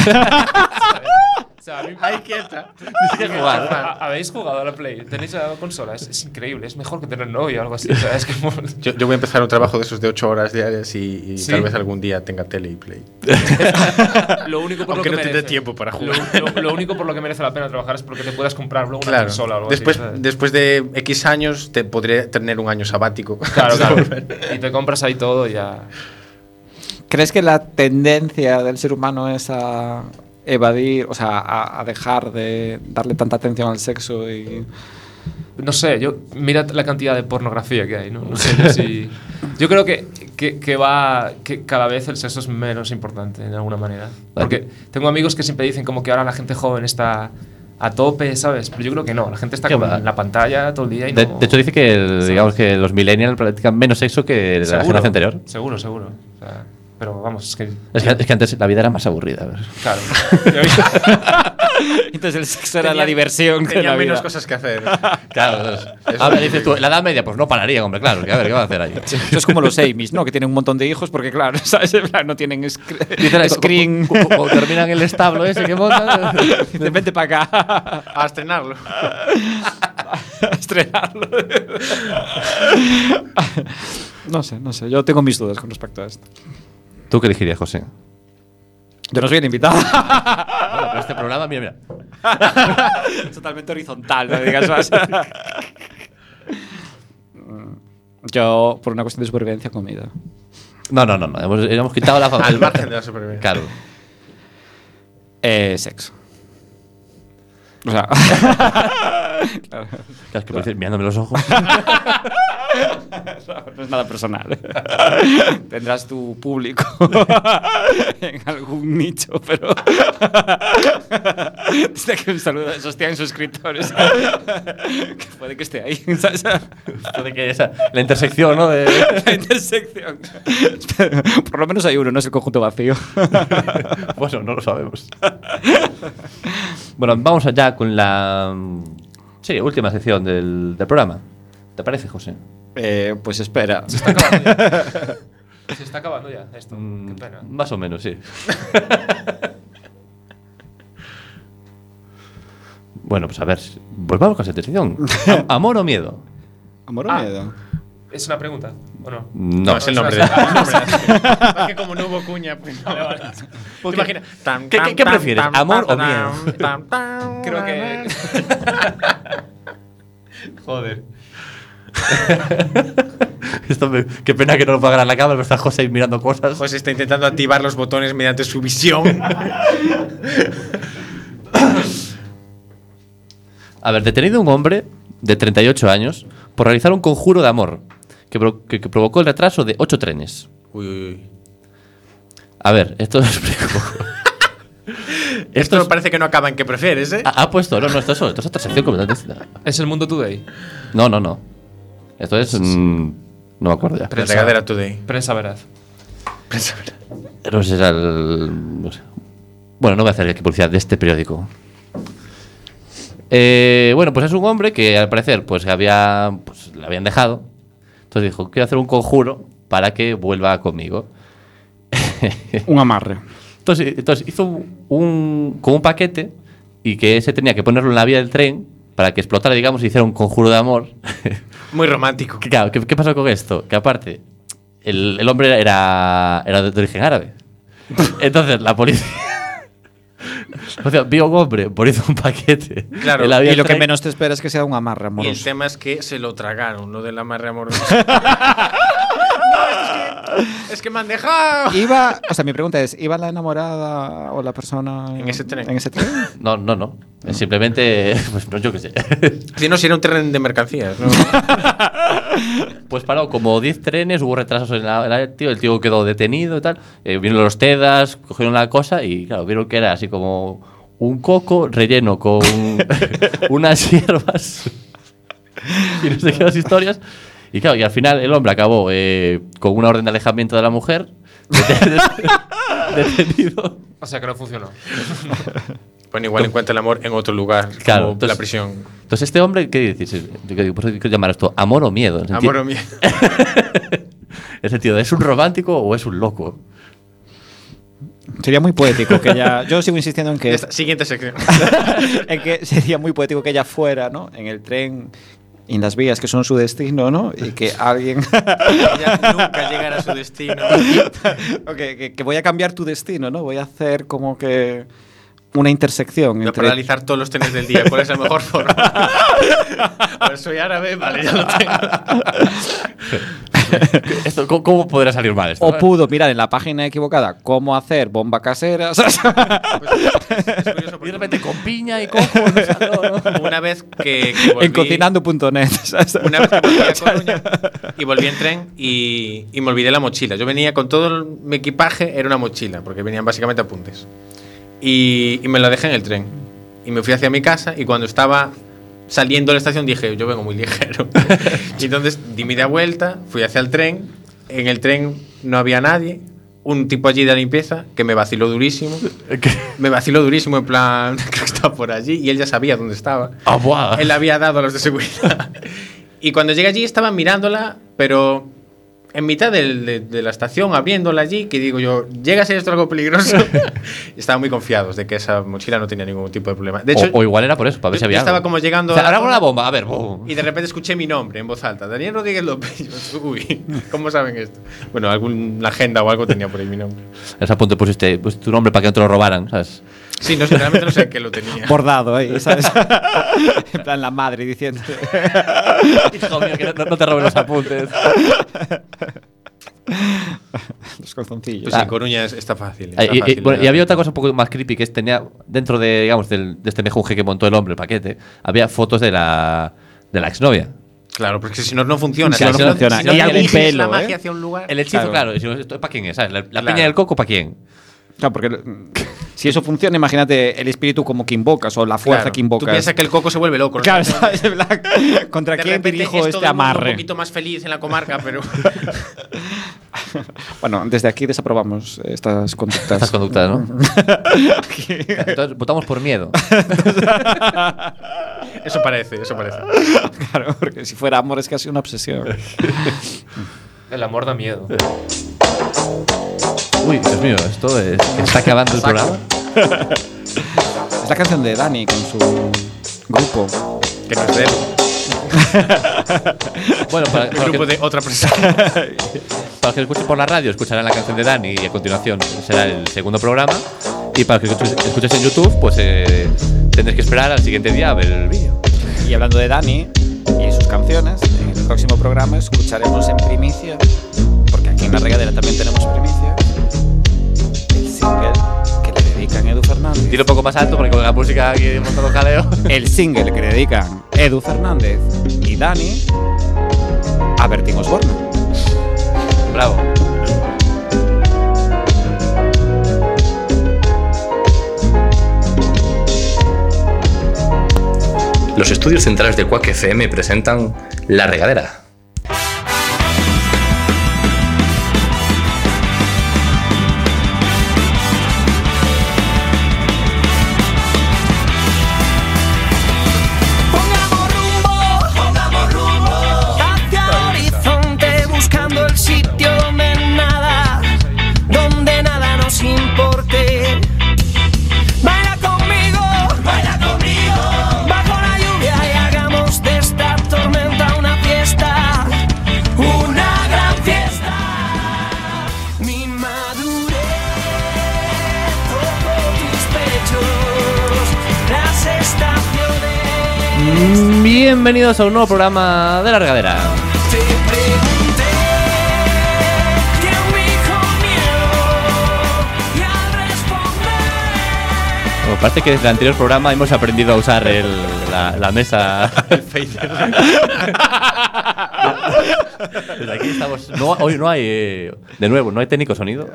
S4: O sea, a mí-
S5: Ahí quieta.
S3: que jugar.
S4: ¿Ha- ¿Habéis jugado a la Play? ¿Tenéis la consola? Es, es increíble. Es mejor que tener novio o algo así. o sea, es que mola.
S5: Yo, yo voy a empezar un trabajo de esos de 8 horas diarias y, y
S4: Sí.
S5: tal vez algún día tenga tele y play.
S4: lo único por
S5: Aunque
S4: lo
S5: no
S4: que
S5: te dé
S4: merece.
S5: tiempo para
S4: Lo,
S5: jugar.
S4: lo- lo único por lo que merece la pena trabajar es porque te puedas comprar luego una
S5: Claro.
S4: consola o algo
S5: Después,
S4: así. ¿sabes?
S5: después de X años te podré tener un año sabático.
S4: Claro, claro. y te compras ahí todo y ya.
S6: ¿Crees que la tendencia del ser humano es a evadir, o sea, a, a dejar de darle tanta atención al sexo y
S4: No sé, yo mira la cantidad de pornografía que hay, ¿no? No sé yo si- Yo creo que, que, que va que cada vez el sexo es menos importante de alguna manera. Porque tengo amigos que siempre dicen como que ahora la gente joven está a tope, ¿sabes? Pero yo creo que no, la gente está
S3: ¿Qué
S4: con
S3: va?
S4: la pantalla todo el día y
S3: De,
S4: no.
S3: de hecho, dice que el- digamos que los millennials practican menos sexo que la
S4: Seguro,
S3: generación anterior.
S4: Seguro, seguro. O sea, pero vamos, es que
S3: Es que, es que antes la vida era más aburrida. a ver.
S4: claro.
S6: entonces el sexo
S5: Tenía-
S6: diversión que
S5: Tenía
S6: la
S5: menos
S6: vida.
S5: cosas que hacer.
S3: Claro, es- a ver, dices tú, la edad media, pues no pararía, hombre, claro, que a ver, ¿qué va a hacer ahí?
S6: Eso es como los Amy's, ¿no? Que tienen un montón de hijos porque, claro, ¿sabes? En plan, no tienen scre-
S3: Dicen, cu-
S6: screen.
S3: cu- cu- Cuando terminan el establo ese que montan.
S6: Dice, Vente para acá
S5: A estrenarlo.
S6: a estrenarlo. No sé, no sé. Yo tengo mis dudas con respecto a esto.
S3: ¿Tú qué elegirías, José?
S6: Yo no soy el invitado.
S3: Bueno, pero este programa, mira, mira.
S6: Es totalmente horizontal, no digas más. Yo, por una cuestión de supervivencia, comida.
S3: No, no, no, no. Hemos, hemos quitado la
S5: Al margen de la supervivencia.
S3: Claro.
S6: Eh, sexo. O sea,
S3: Claro, es que parece mirándome los ojos.
S6: no es nada personal. Tendrás tu público en algún nicho, pero. Desde que un saludo a esos 100 suscriptores. que puede que esté ahí. ¿sabes?
S3: Puede que esa, la intersección, ¿no? De,
S6: La intersección. Por lo menos hay uno, no es el conjunto vacío.
S3: bueno, no lo sabemos. Bueno, vamos allá con la. mm, Sí, última sección del, del programa. ¿Te parece, José?
S6: Eh, pues espera.
S4: Se está acabando ya esto.
S3: Mm.
S4: Qué pena.
S3: Más o menos, sí. bueno, pues a ver, volvamos con esa sección. Am- ¿Amor o miedo?
S6: ¿Amor o
S4: Ah.
S6: miedo?
S4: ¿Es una pregunta o no?
S3: No.
S5: es el nombre de. Es que como no hubo cuña, pues no. ¿Te imaginas? Tam,
S3: ¿Qué-
S5: tam,
S3: qué- qué
S5: tam,
S3: prefieres,
S5: tam,
S3: amor
S5: tam,
S3: o
S5: tam,
S3: miedo?
S5: tam, tam,
S4: Creo que. Joder.
S3: Esto me- qué pena que no lo pagará la cámara, pero está José ahí mirando cosas.
S5: José Pues está intentando activar los botones mediante su visión.
S3: A ver, detenido un hombre de 38 años por realizar un conjuro de amor que, pro- que- que provocó el retraso de ocho trenes.
S5: Uy, uy, uy.
S3: A ver, esto lo explico un poco.
S5: Esto
S3: es-
S5: parece que no acaba en que prefieres, ¿eh?
S3: Ha, ha puesto, no, no, esto es, esto es otra sección completamente distinta.
S4: Es el mundo today.
S3: No, no, no. Esto es. mm, no me acuerdo ya.
S5: La regadera today.
S4: Prensa veraz.
S3: No sé, era el- no sé. Bueno, no voy a hacer aquí publicidad de este periódico. Eh, bueno, pues es un hombre que al parecer pues había pues, le habían dejado. Entonces dijo, quiero hacer un conjuro para que vuelva conmigo.
S6: Un amarre.
S3: Entonces, entonces hizo un, con un paquete y que se tenía que ponerlo en la vía del tren para que explotara, digamos, y hiciera un conjuro de amor.
S5: Muy romántico.
S3: Que, claro, ¿qué, qué pasó con esto? Que aparte, el, el hombre era, era de origen árabe. Entonces, la policía. O sea, vio un hombre poniendo un paquete.
S5: Claro,
S3: en la vía
S6: Y lo que
S3: tren.
S6: menos te espera es que sea un
S5: Y
S6: amarre
S5: el
S6: amoroso.
S5: tema es que se lo tragaron, lo del amarre amoroso. no, es que, es que me han dejado.
S6: Iba, o sea, mi pregunta es, ¿iba la enamorada o la persona
S5: En ese tren.
S6: En ese tren?
S3: No, no, no. Es Simplemente, pues no, yo qué sé.
S5: Si no, si era un terreno de mercancías. ¿no?
S3: Pues paró como 10 trenes, hubo retrasos en la, en la- tío, el tío quedó detenido y tal. Eh, vinieron los TEDAS, cogieron la cosa y claro, vieron que era así como un coco relleno con unas hierbas y no sé qué más historias. Y claro, y al final el hombre acabó eh, con una orden de alejamiento de la mujer, deten- detenido.
S4: O sea que no funcionó.
S5: Bueno, igual encuentra el amor en otro lugar,
S3: Claro,
S5: como
S3: entonces-
S5: la prisión.
S3: Entonces este hombre, ¿qué dices? Yo digo, ¿Por qué llamar esto amor o miedo? En el
S5: Amor
S3: sentido-
S5: o miedo.
S3: en el sentido, ¿es un romántico o es un loco?
S6: Sería muy poético que ella. Yo sigo insistiendo en
S5: Ya
S6: que,
S5: está, Siguiente sección.
S6: en que sería muy poético que ella fuera, ¿no? En el tren, en las vías que son su destino, ¿no? Y que alguien.
S5: Ella nunca llegará a su destino.
S6: o que, que- que voy a cambiar tu destino, ¿no? Voy a hacer como que una intersección
S5: Voy a
S6: entre.
S5: paralizar todos los trenes del día. ¿Cuál es la mejor forma? pues soy árabe, vale, ya lo tengo.
S3: Esto, ¿Cómo, cómo podrá salir mal esto?
S6: O pudo mirar en la página equivocada cómo hacer bomba casera. ¿sabes?
S5: Es curioso
S3: Y de
S5: porque
S3: repente con piña y cojo. no sé, no, no.
S5: una vez que, que volví,
S6: en cocinando.net. ¿sabes?
S5: Una vez que volví a Coruña y volví en tren y, y me olvidé la mochila. Yo venía con todo el- mi equipaje, era una mochila, porque venían básicamente apuntes. Y, y me la dejé en el tren. Y me fui hacia mi casa y cuando estaba saliendo de la estación dije, yo vengo muy ligero. y entonces di media vuelta, fui hacia el tren, en el tren no había nadie, un tipo allí de limpieza que me vaciló durísimo. Me vaciló durísimo en plan, creo que estaba por allí y él ya sabía dónde estaba.
S3: Ah, buah.
S5: Él había dado a los de seguridad. Y cuando llegué allí estaba mirándola, pero en mitad del- de, de la estación, abriéndola allí, que digo yo, llega a ser esto algo peligroso. Estaban muy confiados de que esa mochila no tenía ningún tipo de problema. De hecho,
S3: o, o igual era por eso, para ver
S5: yo-
S3: si había.
S5: yo estaba
S3: algo.
S5: como llegando
S3: O sea,
S5: a
S3: ahora
S5: la
S3: con
S5: zona-
S3: la bomba, a ver. boom.
S5: y de repente escuché mi nombre en voz alta, Daniel Rodríguez López. Y yo, Uy, ¿cómo saben esto? Bueno, alguna agenda o algo tenía por ahí mi nombre.
S3: En ese punto pusiste pues, tu nombre para que no te lo robaran, ¿sabes?
S5: Sí, no sé, realmente no sé qué lo tenía.
S6: Bordado ahí, ¿sabes? en plan la madre diciendo.
S3: Hijo mío, que no, no te roben los apuntes.
S6: Los calzoncillos.
S5: Pues en Coruña es- está fácil.
S3: Ah,
S5: está
S3: y, y-
S5: fácil,
S3: bueno, y
S5: ¿verdad?
S3: había otra cosa un poco más creepy que es tenía dentro de, digamos, del- de este mejunje que montó el hombre, el paquete, había fotos de la, de la exnovia.
S5: Claro, porque si no, no funciona.
S6: Claro, no funciona.
S5: Si no,
S6: Y
S5: no
S6: algún
S5: diriges la
S6: pelo,
S5: magia
S6: ¿eh?
S5: hacia un lugar.
S3: El hechizo,
S6: Claro.
S3: claro, y si no, esto para quién es, ¿sabes? La, la
S5: Claro.
S3: piña del coco, ¿para quién?
S6: Claro, porque mm, si eso funciona, imagínate el espíritu como que invocas o la fuerza
S5: Claro,
S6: que invocas.
S5: Tú piensas que el coco se vuelve loco. ¿no?
S6: Claro,
S5: De
S6: ¿sabes? En plan, ¿Contra quién
S5: repente es
S6: dirijo
S5: todo el
S6: este
S5: mundo
S6: amarre?
S5: Un poquito más feliz en la comarca, pero.
S6: Bueno, desde aquí desaprobamos estas conductas.
S3: Estas conductas, ¿no? Entonces, votamos por miedo.
S5: eso parece, eso parece.
S6: Claro, porque si fuera amor es casi una obsesión.
S4: El amor da miedo.
S3: Uy, Dios mío, esto es, está acabando el programa.
S6: Es la canción de Dani con su grupo.
S5: Que no es de él,
S3: Bueno, para,
S5: un
S3: para
S5: grupo
S3: que,
S5: de otra persona.
S3: para que escuchen por la radio, escucharán la canción de Dani y a continuación será el segundo programa. Y para que escuches escuches en YouTube, pues eh, tendréis que esperar al siguiente día a ver el vídeo.
S6: Y hablando de Dani y sus canciones, en el próximo programa escucharemos en primicia, porque aquí en la regadera también tenemos primicia, el single que le dedican Edu Fernández.
S3: Dilo un poco más alto porque con la música aquí hemos montado jaleo.
S6: El single que le dedican Edu Fernández y Dani a Bertín Osborne.
S3: Bravo.
S1: Los estudios centrales de Quack FM presentan La Regadera.
S2: Pongamos rumbo, pongamos rumbo hacia el horizonte buscando el sitio donde nada, donde nada nos importe. Baila conmigo, baila conmigo bajo la lluvia y hagamos de esta tormenta una fiesta, una gran fiesta. Mi madurez toco tus pechos, las estaciones.
S3: Bienvenidos a un nuevo programa de la regadera.
S2: Te pregunté, ¿qué me dijo miedo? Y al responder,
S3: Como parece que desde el anterior programa hemos aprendido a usar el- la, la mesa. el fader. desde aquí estamos. No, hoy no hay. eh, de nuevo, no hay técnico sonido.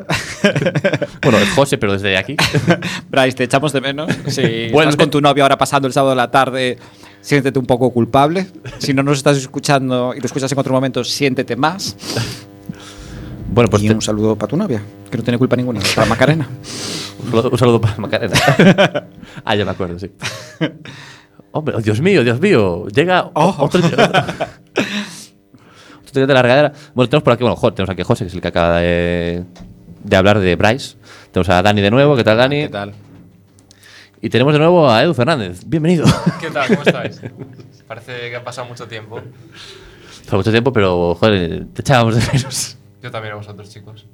S3: bueno, es José, pero desde aquí.
S6: Bryce, te echamos de menos. Si
S3: Vuelve.
S6: estás con tu novio ahora pasando el sábado de la tarde, siéntete un poco culpable. Si no nos estás escuchando y lo escuchas en otro momento, siéntete más.
S3: Bueno, pues
S6: y
S3: te-
S6: un saludo para tu novia, que no tiene culpa ninguna, para Macarena.
S3: Un saludo, un saludo para Macarena. ah, ya me acuerdo, sí. Hombre, oh, Dios mío, Dios mío. Llega o- otro. otro día de la regadera. Bueno, tenemos por aquí, bueno, jo- tenemos aquí a José, que es el que acaba de, de hablar de Bryce. Tenemos a Dani de nuevo. ¿Qué tal, Dani?
S5: ¿Qué tal?
S3: Y tenemos de nuevo a Edu Fernández. Bienvenido.
S4: ¿Qué tal? ¿Cómo estáis? Parece que ha pasado mucho tiempo.
S3: Hace mucho tiempo, pero, joder, te echábamos de menos.
S4: Yo también a vosotros, chicos.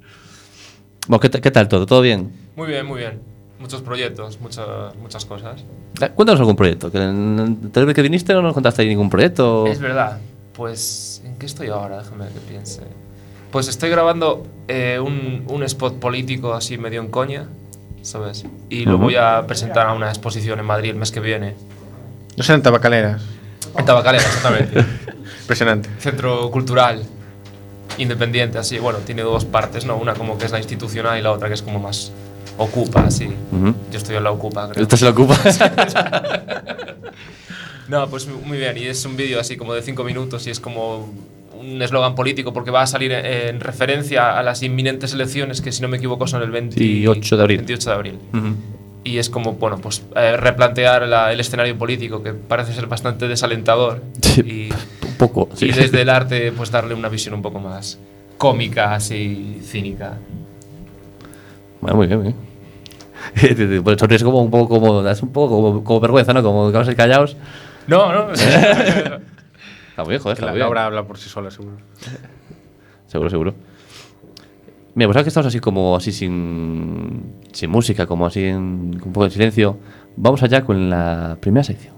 S3: Bueno, ¿qué, ta- qué tal todo? ¿Todo bien?
S4: Muy bien, muy bien. Muchos proyectos, muchas, muchas cosas.
S3: Eh, Cuéntanos algún proyecto. Que en- ¿Te vez que viniste no nos contaste ningún proyecto?
S4: Es verdad. Pues, ¿en qué estoy ahora? Déjame que piense. Pues estoy grabando eh, un, un spot político así medio en coña, ¿sabes? Y lo
S3: Ujú.
S4: voy a presentar a una exposición en Madrid el mes que viene.
S5: No serán tabacaleras.
S4: En Tabacalera, exactamente.
S5: Impresionante.
S4: Centro cultural independiente, así. Bueno, tiene dos partes, ¿no? Una como que es la institucional y la otra que es como más ocupa, así.
S3: Ujú.
S4: Yo estoy en la ocupa, creo.
S3: Esto se lo ocupas.
S4: No, pues mu- muy bien. Y es un vídeo así como de cinco minutos y es como un eslogan político porque va a salir en, en referencia a las inminentes elecciones que, si no me equivoco, son el
S3: 28 de abril.
S4: 28 de abril.
S3: Ujú.
S4: Y es como, bueno, pues eh, replantear la- el escenario político que parece ser bastante desalentador.
S3: Sí,
S4: Y-
S3: Un poco.
S4: y,
S3: sí.
S4: desde el arte, pues darle una visión un poco más cómica, así cínica.
S3: Bueno, Ah, muy bien, muy bien. Te- te- Bueno, sonríes como un poco como. Das un poco como, como vergüenza, ¿no? Como que vamos a ser callados.
S4: No, no. Eh.
S3: Está muy bien, joder,
S5: Que
S3: está
S5: la
S3: muy bien.
S5: obra habla por sí sola, seguro.
S3: Seguro, seguro. Mira, pues ahora que estamos así como así sin. sin música, como así en, con un poco de silencio. Vamos allá con la primera sección.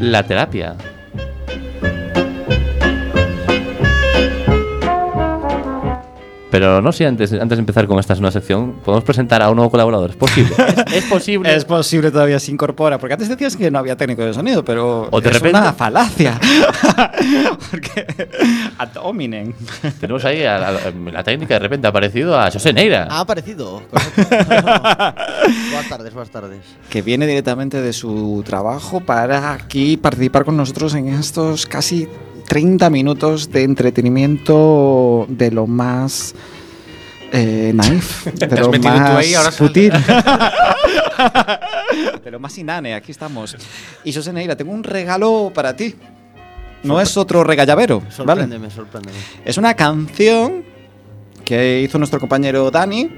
S3: La terapia. Pero no sé, antes, antes de empezar con esta nueva sección, podemos presentar a un nuevo colaborador. Es posible. Es, es posible.
S6: Es posible todavía se incorpora, porque antes decías que no había técnico de sonido, pero
S3: O de
S6: es
S3: repente-
S6: una falacia. porque ad hominem.
S3: Tenemos ahí a la, a la técnica de repente ha aparecido a José Neira.
S8: Ah, Ha aparecido. correcto. buenas tardes, buenas tardes.
S6: que viene directamente de su trabajo para aquí participar con nosotros en estos casi 30 minutos de entretenimiento de lo más eh, naif, de
S5: has
S6: lo
S5: metido tú
S6: más
S5: ahí, ahora sale.
S6: sutil. de lo más inane, aquí estamos. Y José Neira, tengo un regalo para ti. No es otro regallavero, ¿vale?
S8: Sorpréndeme, sorpréndeme.
S6: Es una canción que hizo nuestro compañero Dani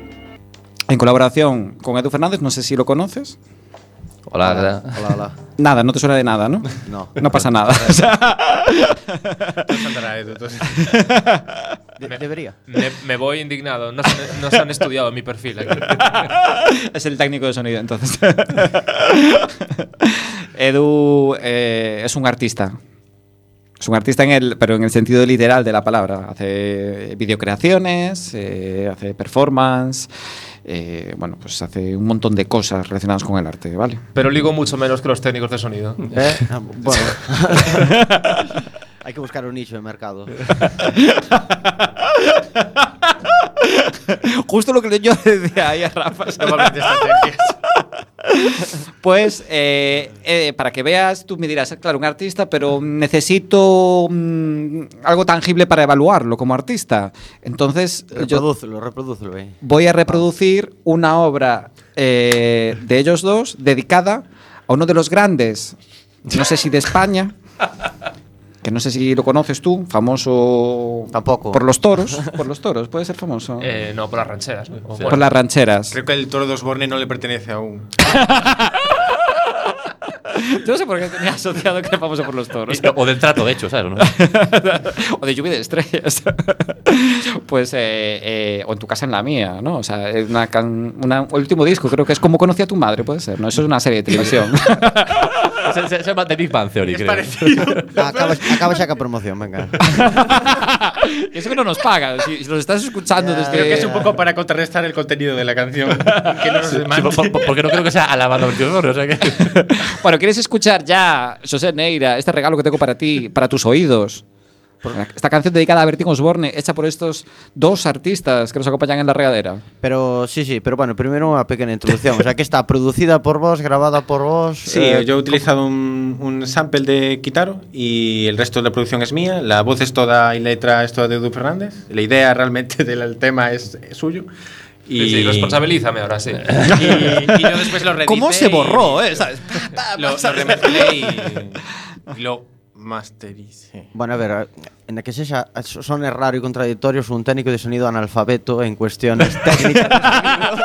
S6: en colaboración con Edu Fernández, no sé si lo conoces.
S3: Hola, ¿qué tal?
S8: Hola, hola.
S6: Nada, no te suena de nada, ¿no?
S8: No.
S6: No pasa nada. O sea,
S5: Todo saldrá, eh, todo-
S8: De- debería.
S4: me, me voy indignado. No se, han- no se han estudiado mi perfil aquí.
S6: es el técnico de sonido, entonces. Edu eh, es un artista. Es un artista en el, pero en el sentido literal de la palabra. Hace videocreaciones, eh, hace performance, eh, bueno, pues hace un montón de cosas relacionadas con el arte, ¿vale?
S4: Pero ligo mucho menos que los técnicos de sonido.
S6: ¿Eh?
S8: Ah, Bueno. Hay que buscar un nicho de mercado.
S6: Justo lo que yo le decía ahí a Rafa. ¿sabes?
S5: Normalmente estrategias.
S6: Pues eh, eh, para que veas, tú me dirás, "Ah, claro, un artista, pero necesito mm, algo tangible para evaluarlo como artista. Entonces, yo
S8: Reprodúcelo, reprodúcelo, eh.
S6: voy a reproducir una obra eh, de ellos dos dedicada a uno de los grandes, no sé si de España, que no sé si lo conoces tú, famoso
S8: Tampoco.
S6: por los toros, por los toros, puede ser famoso.
S4: Eh, no, por las rancheras. ¿no? O bueno,
S6: por las rancheras.
S5: Creo que el toro de Osborne no le pertenece aún.
S6: Yo no sé por qué tenía asociado que era famoso por los toros.
S3: O del trato, de hecho, ¿sabes? ¿No?
S6: o de lluvia de estrellas. pues, eh, eh, o en tu casa, en la mía, ¿no? O sea, es una can- una- el último disco creo que es Como conocí a tu madre, puede ser, ¿no? Eso es una serie de televisión.
S3: se, se- se llama The Big Bang Theory, creo.
S8: Acaba, acaba ya con promoción, venga.
S6: Eso que no nos paga. Si, si nos estás escuchando
S8: Ya,
S6: desde.
S5: Creo que es un poco para contrarrestar el contenido de la canción. Que no nos
S3: Sí,
S5: demande.
S3: por- por- porque no creo que sea alabado el tío Osborne, o sea que.
S6: Bueno, ¿quieres escuchar ya, José Neira, este regalo que tengo para ti, para tus oídos? Esta canción dedicada a Bertín Osborne, hecha por estos dos artistas que nos acompañan en la regadera.
S8: Pero sí, sí, pero bueno, primero una pequeña introducción. O sea, que está producida por vos, grabada por vos.
S5: Sí,
S8: eh,
S5: yo he utilizado un, un sample de Kitaro y el resto de la producción es mía. La voz es toda y letra es toda de Edu Fernández. La idea realmente del tema es, es suyo. Y,
S4: Sí, sí, responsabilízame ahora, sí.
S5: Y, y yo después lo reedité.
S7: ¿Cómo se
S5: y-
S7: borró, eh? ¿Sabes?
S5: Lo, lo remezclé y, y lo mastericé.
S8: Bueno, a ver, en que sexa son raro y contradictorios un técnico de sonido analfabeto en cuestiones técnicas. de sonido.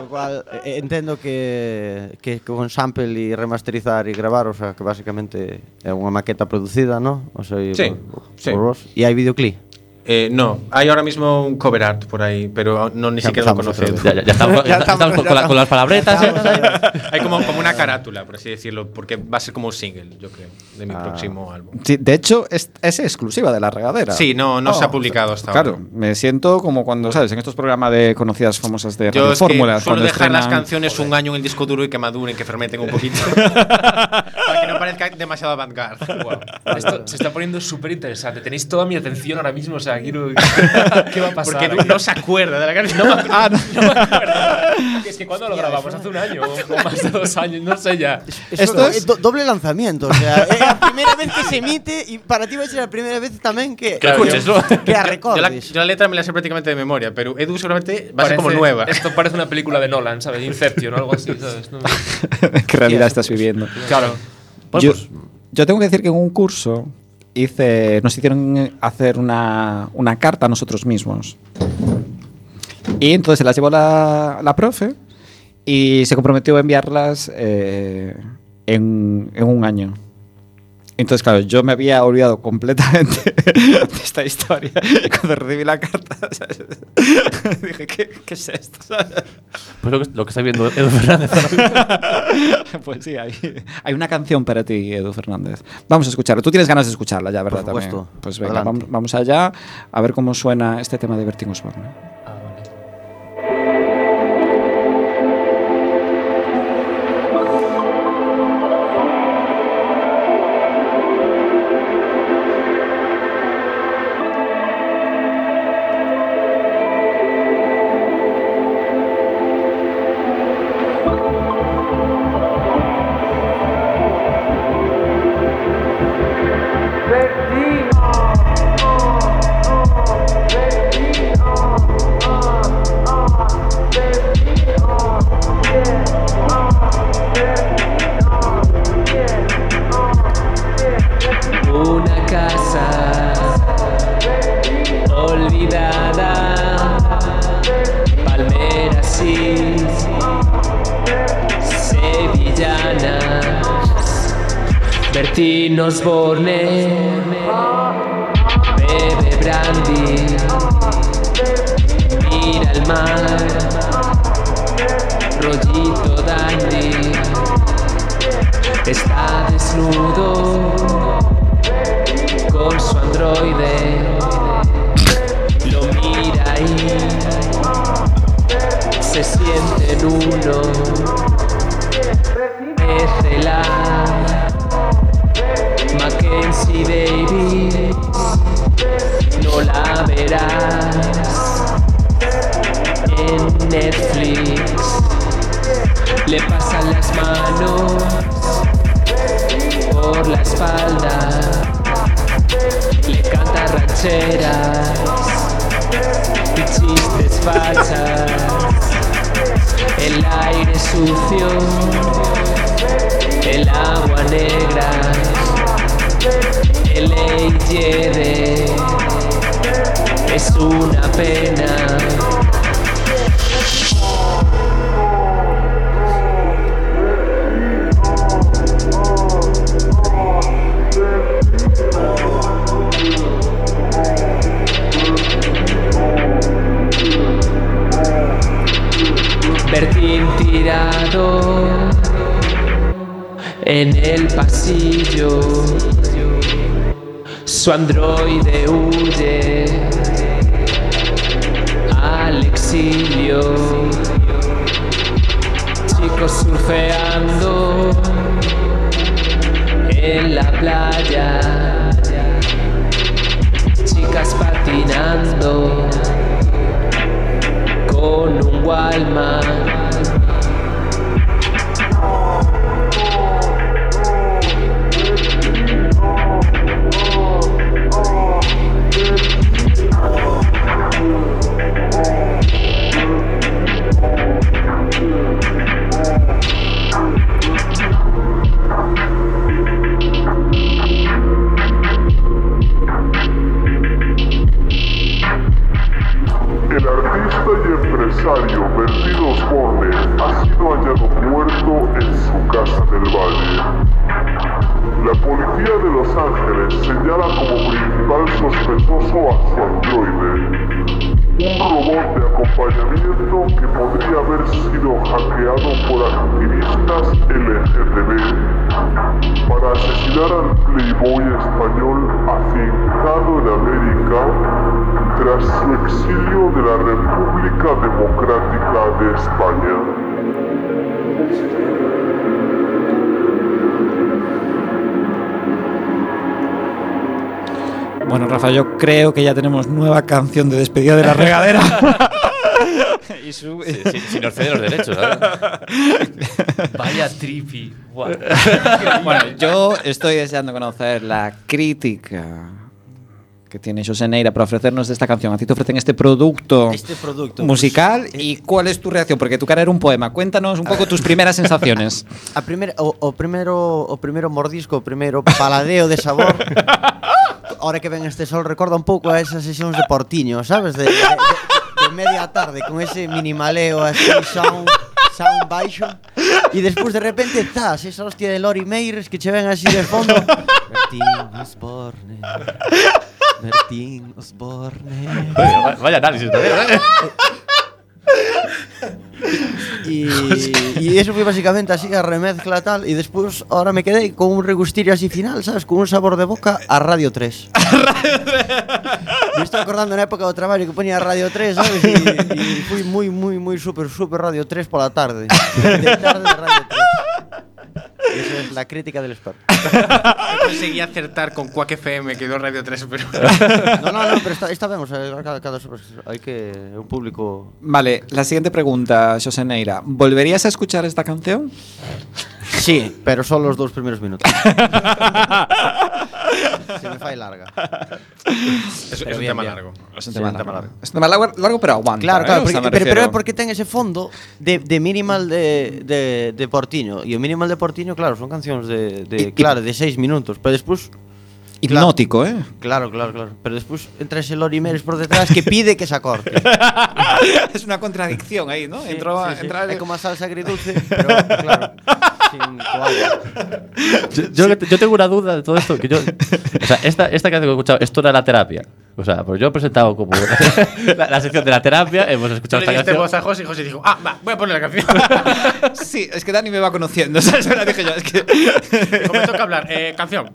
S8: Lo cual eh, entiendo que, que con sample y remasterizar y gravar, o sea, que basicamente é unha maqueta producida, ¿no? O sea, y
S5: Sí,
S8: por,
S5: sí.
S8: por vos. E hai videoclip.
S5: Eh, no, hay ahora mismo un cover art por ahí, pero no ni
S8: Ya
S5: siquiera lo
S8: empezamos
S5: conoce.
S3: Ya,
S8: otra
S3: ya- ya estamos, ya estamos con, la- con las palabretas. ¿eh?
S8: Ya estamos, ya estamos.
S5: Hay como, como una carátula, por así decirlo, porque va a ser como un single, yo creo, de mi próximo álbum.
S6: Sí, de hecho, es, es exclusiva de la regadera. Oh,
S5: Sí, no, no se ha publicado hasta
S6: Claro,
S5: ahora.
S6: me siento como cuando, ¿sabes? En estos programas de conocidas famosas de
S5: Yo
S6: Radio
S5: es que
S6: Fórmula.
S5: suelo
S6: cuando
S5: dejar las
S6: estrenan-
S5: canciones un año en el disco duro y que maduren, que fermenten un poquito. Para que no parezca demasiado avant-garde.
S4: Guau, Esto se está poniendo súper interesante. Tenéis toda mi atención ahora mismo. O sea, quiero. ¿Qué va a pasar?
S5: Porque no se acuerda de la canción.
S6: Ah, no.
S4: Es que cuando lo grabamos, hace un año o más de dos años, no sé ya.
S6: Esto
S8: Esto
S6: es-
S8: es do- doble lanzamiento, o sea, é a primeira vez que se emite e para ti vai ser a primeira vez tamén que
S3: Claro, escuches, ¿no?
S8: que a
S5: yo, la,
S8: recordes.
S5: yo la letra me la sé prácticamente de memoria, pero Edu seguramente va a
S4: Parece-
S5: ser como nueva.
S4: Esto parece una película de Nolan, ¿sabes? Inception o algo así, ¿sabes? No-
S6: ¿Qué realidad estás viviendo?
S4: claro.
S6: yo, yo tengo que decir que en un curso hice, nos hicieron hacer una, una carta a nosotros mismos. Y entonces se las llevó la, la profe y se comprometió a enviarlas eh, en, en un año. Entonces, claro, yo me había olvidado completamente de esta historia. Y Cuando recibí la carta, ¿sabes? dije, ¿qué, qué es esto? ¿sabes?
S3: Pues lo que, lo que está viendo Edu Fernández.
S6: Pues sí, hay, hay una canción para ti, Edu Fernández. Vamos a escucharla. Tú tienes ganas de escucharla ya, ¿verdad?
S8: Por supuesto.
S6: También? Pues venga,
S8: Adelante.
S6: vamos, vamos allá a ver cómo suena este tema de Bertín Osborne.
S2: Una casa olvidada, palmeras sin sevillanas, Bertín Osborne, bebe brandy, mira el mar, rollito dandy, está desnudo con su androide. Lo mira y
S9: se sienten uno. Estelar, Mackenzie Davis, no la verás en Netflix. Le pasan las manos por la espalda, le canta rancheras y chistes falsas. El aire sucio, el agua negra, el aire es una pena. Bertín tirado en el pasillo. Su androide huye al exilio. Chicos surfeando en la playa. Chicas patinando con un Walmart.
S10: El artista y empresario Bertido Osborne ha sido hallado muerto en su casa del valle. La policía de Los Ángeles señala como principal sospechoso a su androide, un robot de acompañamiento que podría haber sido hackeado por activistas LGTB para asesinar al playboy español afincado en América tras su exilio de la República Democrática de España.
S6: Bueno, Rafa, yo creo que ya tenemos nueva canción de despedida de la regadera.
S11: Y su-
S3: Si, si nos ceden los derechos, ¿verdad?
S4: Vaya trippy. Guau.
S11: Bueno,
S6: Yo estoy deseando conocer la crítica que tiene Neira para ofrecernos esta canción. A ti te ofrecen este producto,
S8: Este producto,
S6: musical.
S8: pues,
S6: ¿Y cuál es tu reacción? Porque tu cara era un poema. Cuéntanos un poco tus primeras sensaciones.
S8: A primeira, o, o primeiro o primeiro mordisco, o primeiro paladeo de sabor. Ahora que ven este sol recorda un pouco a esas sesións de Portiño, sabes? De, de, de media tarde con ese minimaleo así sound sound baixo e despois de repente zas esa hostia de Lori Meires que che ven así de fondo Bertín Osborne Bertín Osborne
S3: Vaya, vaya análisis también, ¿eh?
S8: Y, y eso fue básicamente así a remezcla tal y después ahora me quedé con un regustillo así final, sabes, con un sabor de boca a Radio 3. A Radio 3. Me estoy acordando en la época do traballo que ponía Radio 3, sabes, y, y fui muy muy muy super super Radio 3 por la tarde. De tarde de Radio 3. Y Eso es la crítica del experto.
S5: Yo conseguí acertar con Quack FM, quedó Radio 3, pero.
S8: No, no, no, pero está, está ben, o sea, cada, cada pues, hay que un público
S6: vale, la siguiente pregunta, Neira. ¿Volverías a escuchar esta canción?
S8: Sí, pero solo los dos primeros minutos. Se me fai larga.
S5: Es, es un tema largo.
S6: Es un tema largo. Es un tema largo, largo, pero aguanta.
S8: Claro,
S6: ¿eh?
S8: claro,
S6: O sea, me
S8: porque, pero, pero é
S6: refiero-
S8: porque ten ese fondo de, de minimal de, de, de Portiño E o minimal de Portiño, claro, son cancións de,
S6: Y-
S8: de
S6: y-
S8: claro, de seis minutos Pero despois,
S6: Hipnótico, ¿eh?
S8: claro, claro, claro Pero despois entra ese Lori Meres por detrás que pide que se acorte
S6: es una contradicción ahí, ¿no? Entró a-
S8: sí, sí.
S6: entra el-
S8: É como a salsa agridulce, pero claro, sin coagua
S3: Yo, yo que te- yo tengo una duda de todo esto. Que yo, o sea, esta, esta canción que he escuchado, esto era la terapia. O sea, pues yo he presentado como la, la sección de la terapia, hemos
S5: Yo
S3: escuchado
S5: le
S3: esta
S5: diste
S3: canción.
S5: voz a José y José dijo, ah, va, voy a poner la canción.
S6: Sí, es que Dani me va conociendo. O sea, eso lo dije yo. Es que...
S5: dijo, me toca hablar, eh, canción.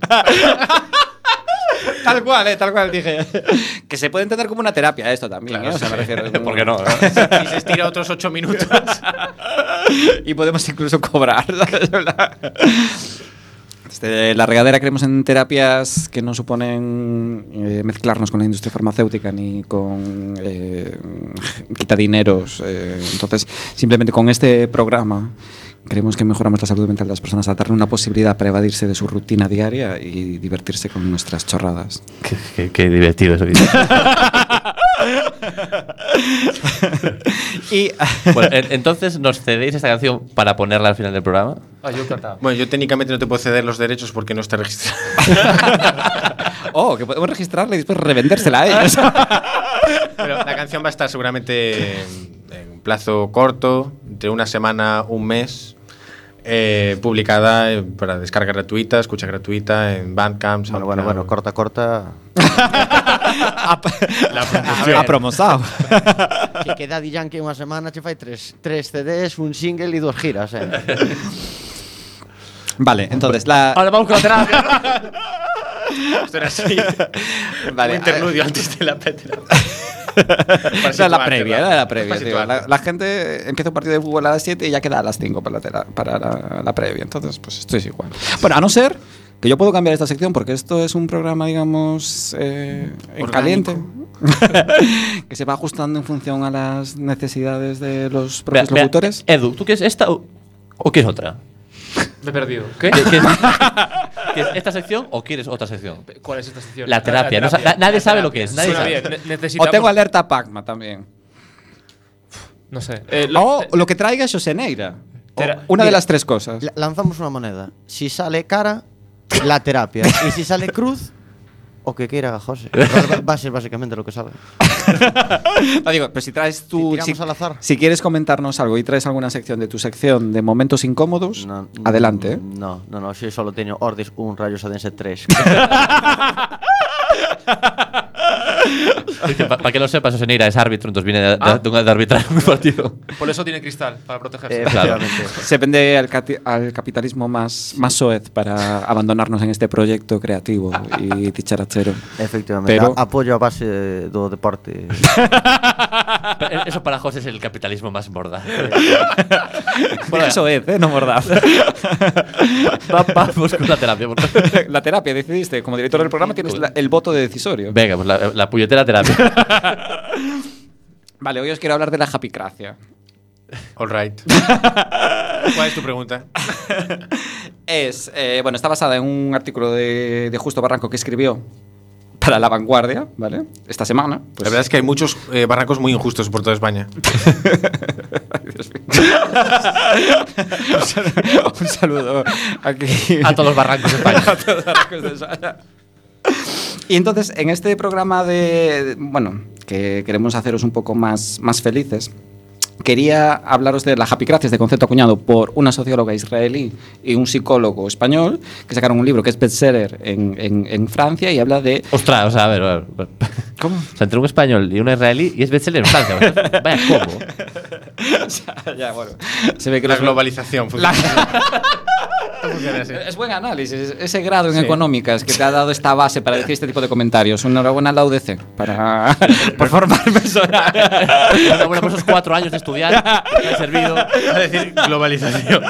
S6: tal cual, eh, tal cual dije. que se puede entender como una terapia esto también, ¿eh? O sea, me refiero.
S3: ¿Por qué no?
S5: Y se estira otros ocho minutos.
S6: y podemos incluso cobrar. Este, la regadera creemos en terapias que no suponen eh, mezclarnos con la industria farmacéutica ni con eh, quita dineros. eh, entonces, simplemente con este programa creemos que mejoramos la salud mental de las personas al darle una posibilidad para evadirse de su rutina diaria y divertirse con nuestras chorradas.
S3: qué, qué- qué divertido eso. que dices.
S6: y ah,
S3: Bueno, en- entonces, ¿nos cedéis esta canción para ponerla al final del programa?
S4: Ah, yo encantado.
S5: Bueno, yo técnicamente no te puedo ceder los derechos porque no está registrado.
S6: oh, que podemos registrarla y después revendérsela a ellos.
S5: Pero la canción va a estar seguramente en, en un plazo corto, entre una semana, un mes, eh, publicada eh, para descarga gratuita, escucha gratuita en Bandcamp.
S8: Bueno, bueno, bueno,
S5: SoundCloud.
S8: corta, corta.
S6: Ha promozado.
S8: Que queda Daddy Yankee unha semana che fai tres, tres CDs, un single e dos giras, eh.
S6: Vale, entonces la.
S3: Ahora vamos con la terapia.
S5: Esto era así.
S6: Vale,
S5: un interludio antes de la petra. Para
S6: Era la
S5: situarte,
S6: previa,
S5: ¿no?
S6: era la previa.
S5: Para
S6: tío. La,
S5: situarte.
S6: la gente empieza un partido de fútbol a las 7 y ya queda a las 5 para, la, tela- para la, la previa. Entonces, pues esto es igual. Bueno, a no ser que yo puedo cambiar esta sección porque esto es un programa, digamos, eh, en
S5: Orgánico.
S6: caliente. que se va ajustando en función a las necesidades de los
S3: Vea,
S6: propios
S3: vea, eh,
S6: locutores.
S3: Edu, ¿tú quieres esta o, o quieres otra?
S4: Me he perdido. ¿Qué?
S3: ¿Qué- quieres- ¿Quieres esta sección o quieres otra sección?
S4: ¿Cuál es esta sección?
S3: La terapia, no sa- na- nadie sabe lo que es, nadie
S4: Suena
S3: sabe.
S4: bien, ne-
S6: o
S4: necesitamos-
S6: tengo alerta Pacma también.
S4: No sé. Eh, lo-
S6: O lo que traiga José Neira. O
S4: Tera-
S6: Una de
S8: Mira,
S6: las tres cosas.
S8: La- Lanzamos unha moneda. Si sale cara, la terapia. E si sale cruz, o que queira a José. Va va a ser basicamente lo que sabe.
S6: No, digo, pero si traes
S8: Si
S6: tu.
S8: tiramos al azar.
S6: si quieres comentarnos algo y traes alguna sección de tu sección de momentos incómodos,
S8: No,
S6: adelante. ¿eh?
S8: No, no, no, si solo teño Ordis 1, Rayos Adense 3.
S3: Para que lo sepas, Oseneira es árbitro, entonces viene de, de- de un- de arbitrar un partido.
S4: Por eso tiene cristal, para protegerse.
S8: Eh,
S3: Claro.
S8: efectivamente.
S6: Se vende al, cati- al capitalismo más, más soez para abandonarnos en este proyecto creativo y dicharachero.
S8: Efectivamente.
S6: Pero-
S8: A- apoio a base do deporte.
S3: Pero Eso para José es el capitalismo más morda.
S6: Dije soez, ¿eh? no mordaz.
S3: Va- vamos con la terapia. por favor.
S6: la terapia, decidiste, como director del programa tienes la- el voto de decisorio.
S3: Venga, pues la, la puñetera terapia.
S6: Vale, hoy os quiero hablar de la japicracia.
S5: All right. ¿Cuál es tu pregunta?
S6: Es, eh, bueno, está basada en un artículo de, de Justo Barranco que escribió para La Vanguardia, ¿vale? Esta semana. pues,
S5: la verdad es que hay muchos eh, barrancos muy injustos por toda España.
S6: un saludo aquí.
S3: A todos los barrancos de España.
S6: A todos los barcos de España. Y entonces, en este programa de, bueno, que queremos haceros un poco más, más felices, quería hablaros de la Japicracia, este concepto acuñado por una socióloga israelí y un psicólogo español, que sacaron un libro que es bestseller en, en, en Francia y habla de...
S3: Ostras, o sea, a ver, a ver.
S6: ¿Cómo?
S3: O sea, entre un español y un israelí y es bestseller en Francia. Vaya, ¿cómo?
S6: ya, bueno. Se ve que
S5: La
S6: los-
S5: globalización. funciona así. Funciona así.
S6: Es buen análisis, ese grado en económicas que te ha dado esta base para decir este tipo de comentarios. Enhorabuena a la UDC para, por formar personas.
S3: Bueno, por esos cuatro años de estudiar que me han servido.
S5: Es decir, globalización.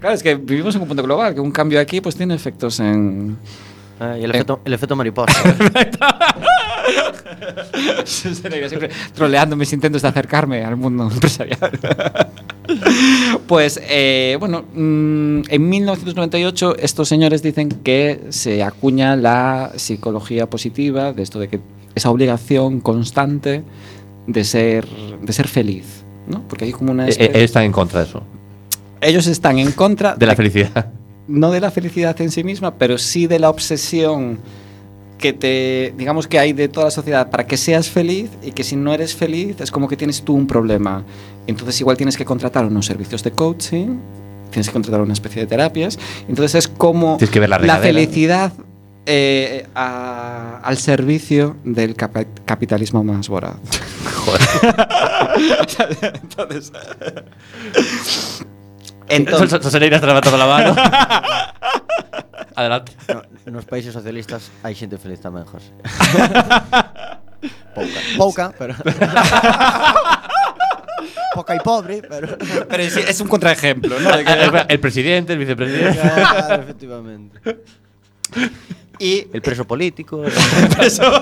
S6: Claro, es que vivimos en un punto global, que un cambio aquí pues tiene efectos en...
S8: Eh, y el, efecto, el efecto mariposa.
S6: Siempre troleando mis intentos de acercarme al mundo empresarial. Pues eh, bueno, mm, en 1998 estos señores dicen que se acuña la psicología positiva, de esto de que esa obligación constante de ser, de ser feliz, ¿no? Porque hay como una...
S3: Eh, eh,
S6: especie-
S3: Ellos están en contra de eso,
S6: ellos están en contra
S3: de la felicidad.
S6: no de la felicidad en sí misma, pero sí de la obsesión que te, digamos que hay de toda la sociedad para que seas feliz y que si no eres feliz es como que tienes tú un problema. Entonces igual tienes que contratar unos servicios de coaching, tienes que contratar una especie de terapias. Entonces es como
S3: Tienes que ver la
S6: la
S3: regadera.
S6: felicidad eh, a- al servicio del capa- capitalismo más voraz. Entonces... Entonces
S3: Soseneira está levantando la mano. Adelante.
S8: No, nos países socialistas hai xente feliz tamén, José. Pouca. Pouca, pero... Pouca e pobre, pero...
S6: Pero es, es un contraejemplo, ¿no?
S3: Ah, El presidente, el vicepresidente.
S8: Claro, efectivamente. E el preso político.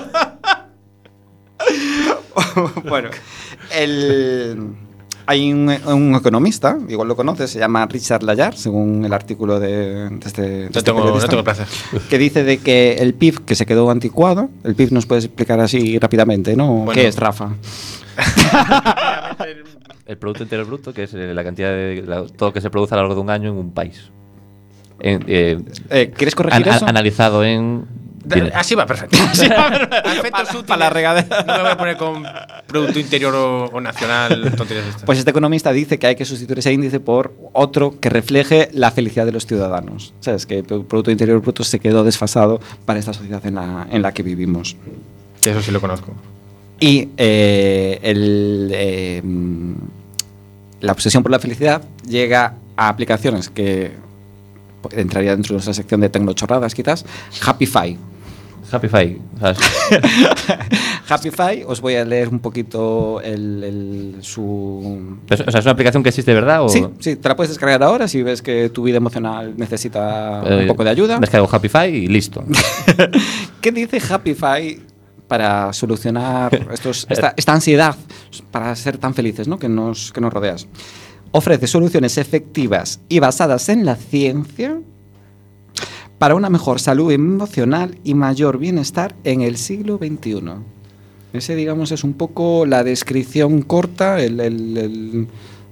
S6: bueno, el- hay un, un economista, igual lo conoces, se llama Richard Layar, según el artículo de, de este, de este
S5: No tengo, no
S6: periodista,
S5: tengo placer.
S6: que dice de que el PIB que se quedó anticuado, el PIB nos puedes explicar así rápidamente, ¿no?
S5: Bueno.
S6: ¿Qué es, Rafa?
S3: El Producto Interior Bruto, que es eh, la cantidad de la- todo lo que se produce a lo largo de un año en un país. En- eh,
S6: Eh, ¿Quieres corregir
S3: an- an-
S6: eso?
S3: analizado en. dinero.
S5: Así va, perfecto. Así va, perfecto. Efectos útiles.
S6: para la regadera.
S5: No me voy a poner con Producto Interior o, o Nacional, tonterías de estas.
S6: Pues este economista dice que hay que sustituir ese índice por otro que refleje la felicidad de los ciudadanos. Sabes que tu Producto Interior Bruto se quedó desfasado para esta sociedad en la, en la que vivimos.
S5: Pues Eso sí lo conozco.
S6: Y eh, el, eh, mm, la obsesión por la felicidad llega a aplicaciones que pues, entraría dentro de nuestra sección de tecnochorradas quizás, Happify. ah,
S3: Happify. ¿sabes?
S6: Happify, os voy a leer un poquito el- el- su,
S3: Pero, o sea, ¿es una aplicación que existe, verdad? O,
S6: Sí, sí, te la puedes descargar ahora si ves que tu vida emocional necesita
S3: eh,
S6: un poco de ayuda.
S3: Descargo Happify y listo.
S6: ¿Qué dice Happify para solucionar estos- esta, esta ansiedad para ser tan felices ¿no? que, nos, que nos rodeas? Ofrece soluciones efectivas y basadas en la ciencia para una mejor salud emocional y mayor bienestar en el siglo XXI. Ese, digamos, es un poco la descripción corta, el, el- el-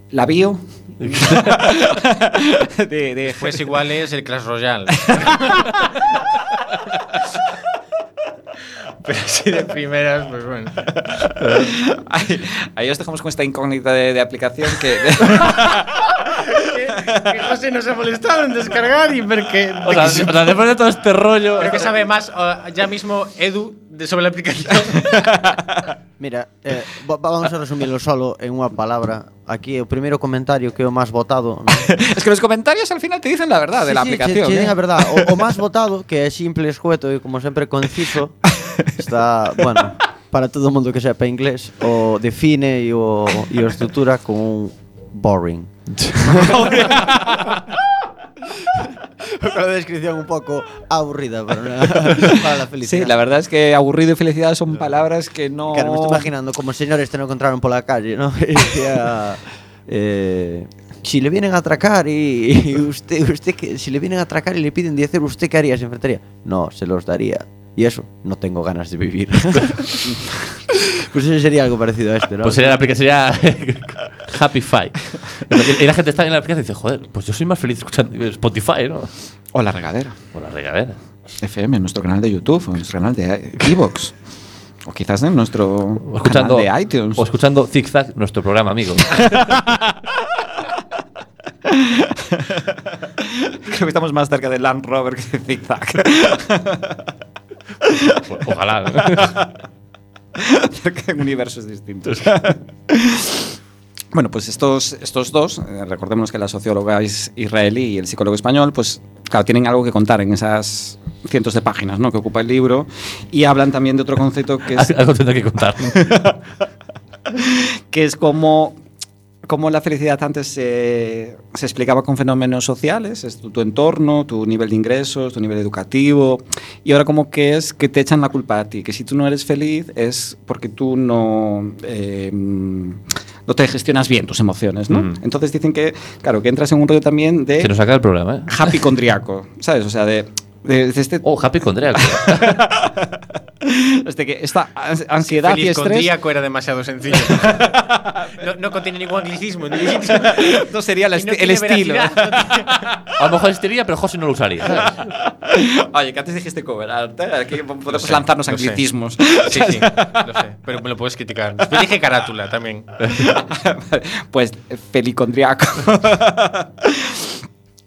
S6: la bio de- de
S5: Pues igual es el Clash Royale. Pero así de primeras, pues bueno.
S6: Ahí, ahí os dejamos con esta incógnita de, de aplicación que...
S5: Que José nos ha molestado en descargar y ver que.
S3: O sea, o sea, después de todo este rollo.
S5: Creo que sabe más ah, ya mismo Edu de sobre la aplicación.
S8: Mira, eh, va- vamos a resumirlo solo en unha palabra. Aquí o primeiro comentario que é o máis votado. ¿no?
S6: es que los comentarios al final te dicen la verdad de la aplicación.
S8: Sí,
S6: ¿eh?
S8: a verdad. O, o máis votado, que é simple, escueto e como sempre conciso, está, bueno, para todo mundo que sepa inglés, o define e o, e o estrutura con un boring. Con a descripción un pouco aburrida para, una, para la
S6: Sí,
S8: felicidade.
S6: la verdad es que aburrido y felicidad son palabras que no...
S8: Claro, me estoy imaginando como señores te lo encontraron por la calle, ¿no? Y decía, eh, si le vienen a atracar y, y usted, usted que, si le vienen a atracar y le piden 10 euros, ¿usted qué haría? ¿Se enfrentaría? No, se los daría. Y eso, no tengo ganas de vivir. pues eso sería algo parecido a este, ¿no?
S3: Pues sería la aplicación, sería Happify. Y la gente está en la aplicación y dice, joder, pues yo soy más feliz escuchando Spotify, ¿no?
S6: O la regadera.
S3: O la regadera.
S6: FM, en nuestro canal de YouTube, o en nuestro canal de Evox. o quizás en nuestro
S3: O escuchando,
S6: canal de iTunes.
S3: o escuchando Zig Zag, nuestro programa, amigo.
S6: Creo que estamos más cerca de Land Rover que de Zig Zag.
S3: O- Ojalá.
S6: Cerca en universos distintos. Bueno, pues estos, estos dos, eh, recordemos que la socióloga is- israelí y el psicólogo español, pues claro, tienen algo que contar en esas cientos de páginas ¿no? que ocupa el libro y hablan también de otro concepto que es,
S3: Algo tendré que contar.
S6: que es cómo, cómo la felicidad antes se, se explicaba con fenómenos sociales, es tu, tu entorno, tu nivel de ingresos, tu nivel educativo, y ahora como que es que te echan la culpa a ti, que si tú no eres feliz es porque tú no... eh, no te gestionas bien tus emociones, ¿no?
S3: Mm.
S6: Entonces dicen que, claro, que entras en un rollo también
S3: Se nos
S6: de
S3: acaba el programa, ¿eh?
S6: happy condriaco, ¿sabes? O sea, de, de- de este,
S3: Oh, Happy Condrea.
S6: este que esta ans- ansiedad y
S5: Feliz
S6: estrés
S5: condríaco era demasiado sencillo. No, no contiene ningún anglicismo. ni-
S6: no sería la
S5: y no
S6: esti- el
S5: tiene
S6: estilo.
S5: veracidad.
S3: A lo mejor estaría, pero José no lo usaría. ¿sabes?
S6: Oye, que antes dijiste cover art, ¿eh? Aquí podemos
S5: sé,
S6: lanzarnos
S5: lo sé.
S6: anglicismos.
S5: Sí, sí, lo sé. Pero me lo puedes criticar. Después dije carátula también.
S6: pues felicondriaco.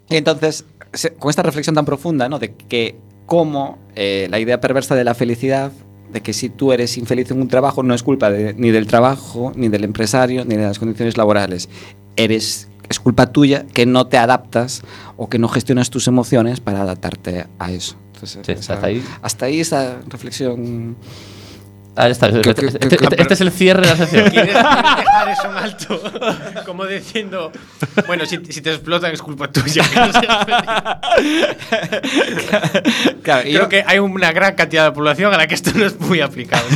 S6: y entonces, se- con esta reflexión tan profunda, ¿no? De que cómo eh, la idea perversa de la felicidad, de que si tú eres infeliz en un trabajo, no es culpa de- ni del trabajo, ni del empresario, ni de las condiciones laborales. Eres, es culpa tuya que no te adaptas o que no gestionas tus emociones para adaptarte a eso. Entonces,
S3: Sí,
S6: esa-
S3: hasta ahí.
S6: Hasta ahí esa reflexión.
S3: Ah, ya está. Este, este- este- este- este es el cierre de la sección.
S5: ¿Quieres dejar eso en alto? Como diciendo, bueno, si, si te explotan es culpa tuya. que no seas feliz.
S6: Claro, y
S5: Creo
S6: yo-
S5: que hay una gran cantidad de población a la que esto no es muy aplicable.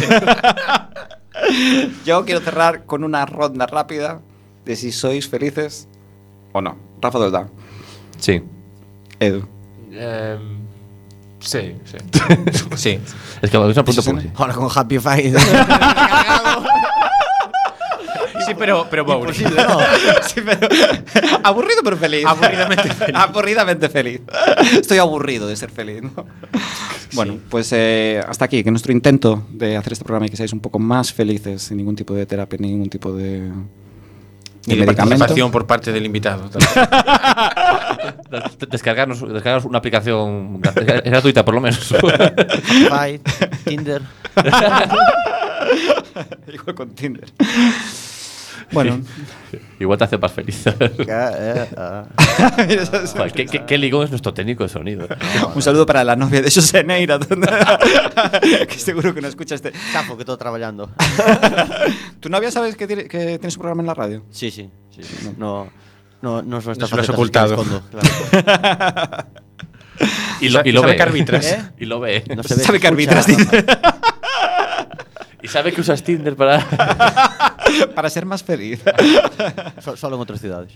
S6: Yo quiero cerrar con una ronda rápida de si sois felices o no. Rafa Doldán.
S3: Sí.
S6: Edu.
S4: Em, sí, sí.
S5: Sí.
S3: Es que es un punto puro, sí.
S8: Ahora con Happy Five.
S5: Sí, pero, pero Bowery.
S6: Sí, pero- aburrido pero feliz.
S5: Aburridamente feliz.
S6: Aburridamente feliz. Estoy aburrido de ser feliz. ¿no? Bueno, pues eh, hasta aquí, que nuestro intento de hacer este programa y que seáis un poco más felices sin ningún tipo de terapia, ni ningún tipo de, de
S5: Y de participación por parte del invitado. también.
S3: Descargarnos, descargarnos una aplicación. gra- Es gratuita, por lo menos.
S8: Happy Five, Tinder.
S6: Igual con Tinder. Bueno,
S3: Igual te hace más feliz.
S8: Ah, eh, ah.
S3: Joder, ¿qué, qué, qué ligón es nuestro técnico de sonido. ¿eh?
S6: un saludo para la novia de Joseneira, que seguro que no escucha este.
S8: Chapo que estou traballando.
S6: ¿Tu novia sabes que, tiene- que tienes un programa en la radio?
S8: Sí, sí, sí, sí. No, no, no son
S5: No
S8: estas
S5: se lo has
S8: facetas
S5: ocultado.
S8: que escondo, claro.
S3: Y lo, y lo
S5: Sabe
S3: ve.
S5: que arbitras.
S8: ¿Eh?
S3: Y lo ve.
S8: No se ve,
S6: Sabe
S8: se
S6: que
S8: escucha,
S6: arbitras, dice,
S3: Y sabe que usas Tinder para.
S6: para ser más feliz.
S8: so- Solo en otras ciudades.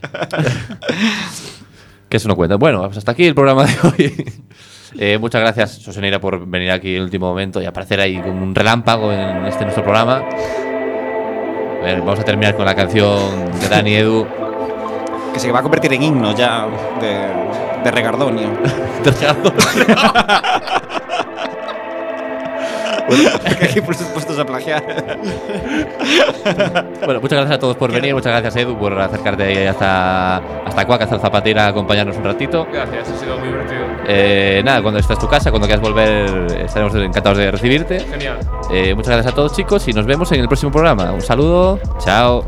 S3: Que eso no cuenta. Bueno, pues hasta aquí el programa de hoy. Eh, muchas gracias, Soseneira, por venir aquí en el último momento y aparecer ahí como un relámpago en este nuestro programa. A ver, vamos a terminar con la canción de Dani Edu.
S6: Que se va a convertir en himno ya de, de regardonio.
S3: Te regalo.
S6: Porque aquí por supuesto a plagiar.
S3: bueno, muchas gracias a todos por venir. Muchas gracias, Edu, por acercarte ahí hasta, hasta Cuac, hasta el Zapatera, a acompañarnos un ratito.
S4: Gracias, ha sido muy divertido.
S3: Eh, nada, cuando estás tu casa, cuando quieras volver, estaremos encantados de recibirte.
S4: Genial.
S3: Eh, muchas gracias a todos, chicos, y nos vemos en el próximo programa. Un saludo, chao.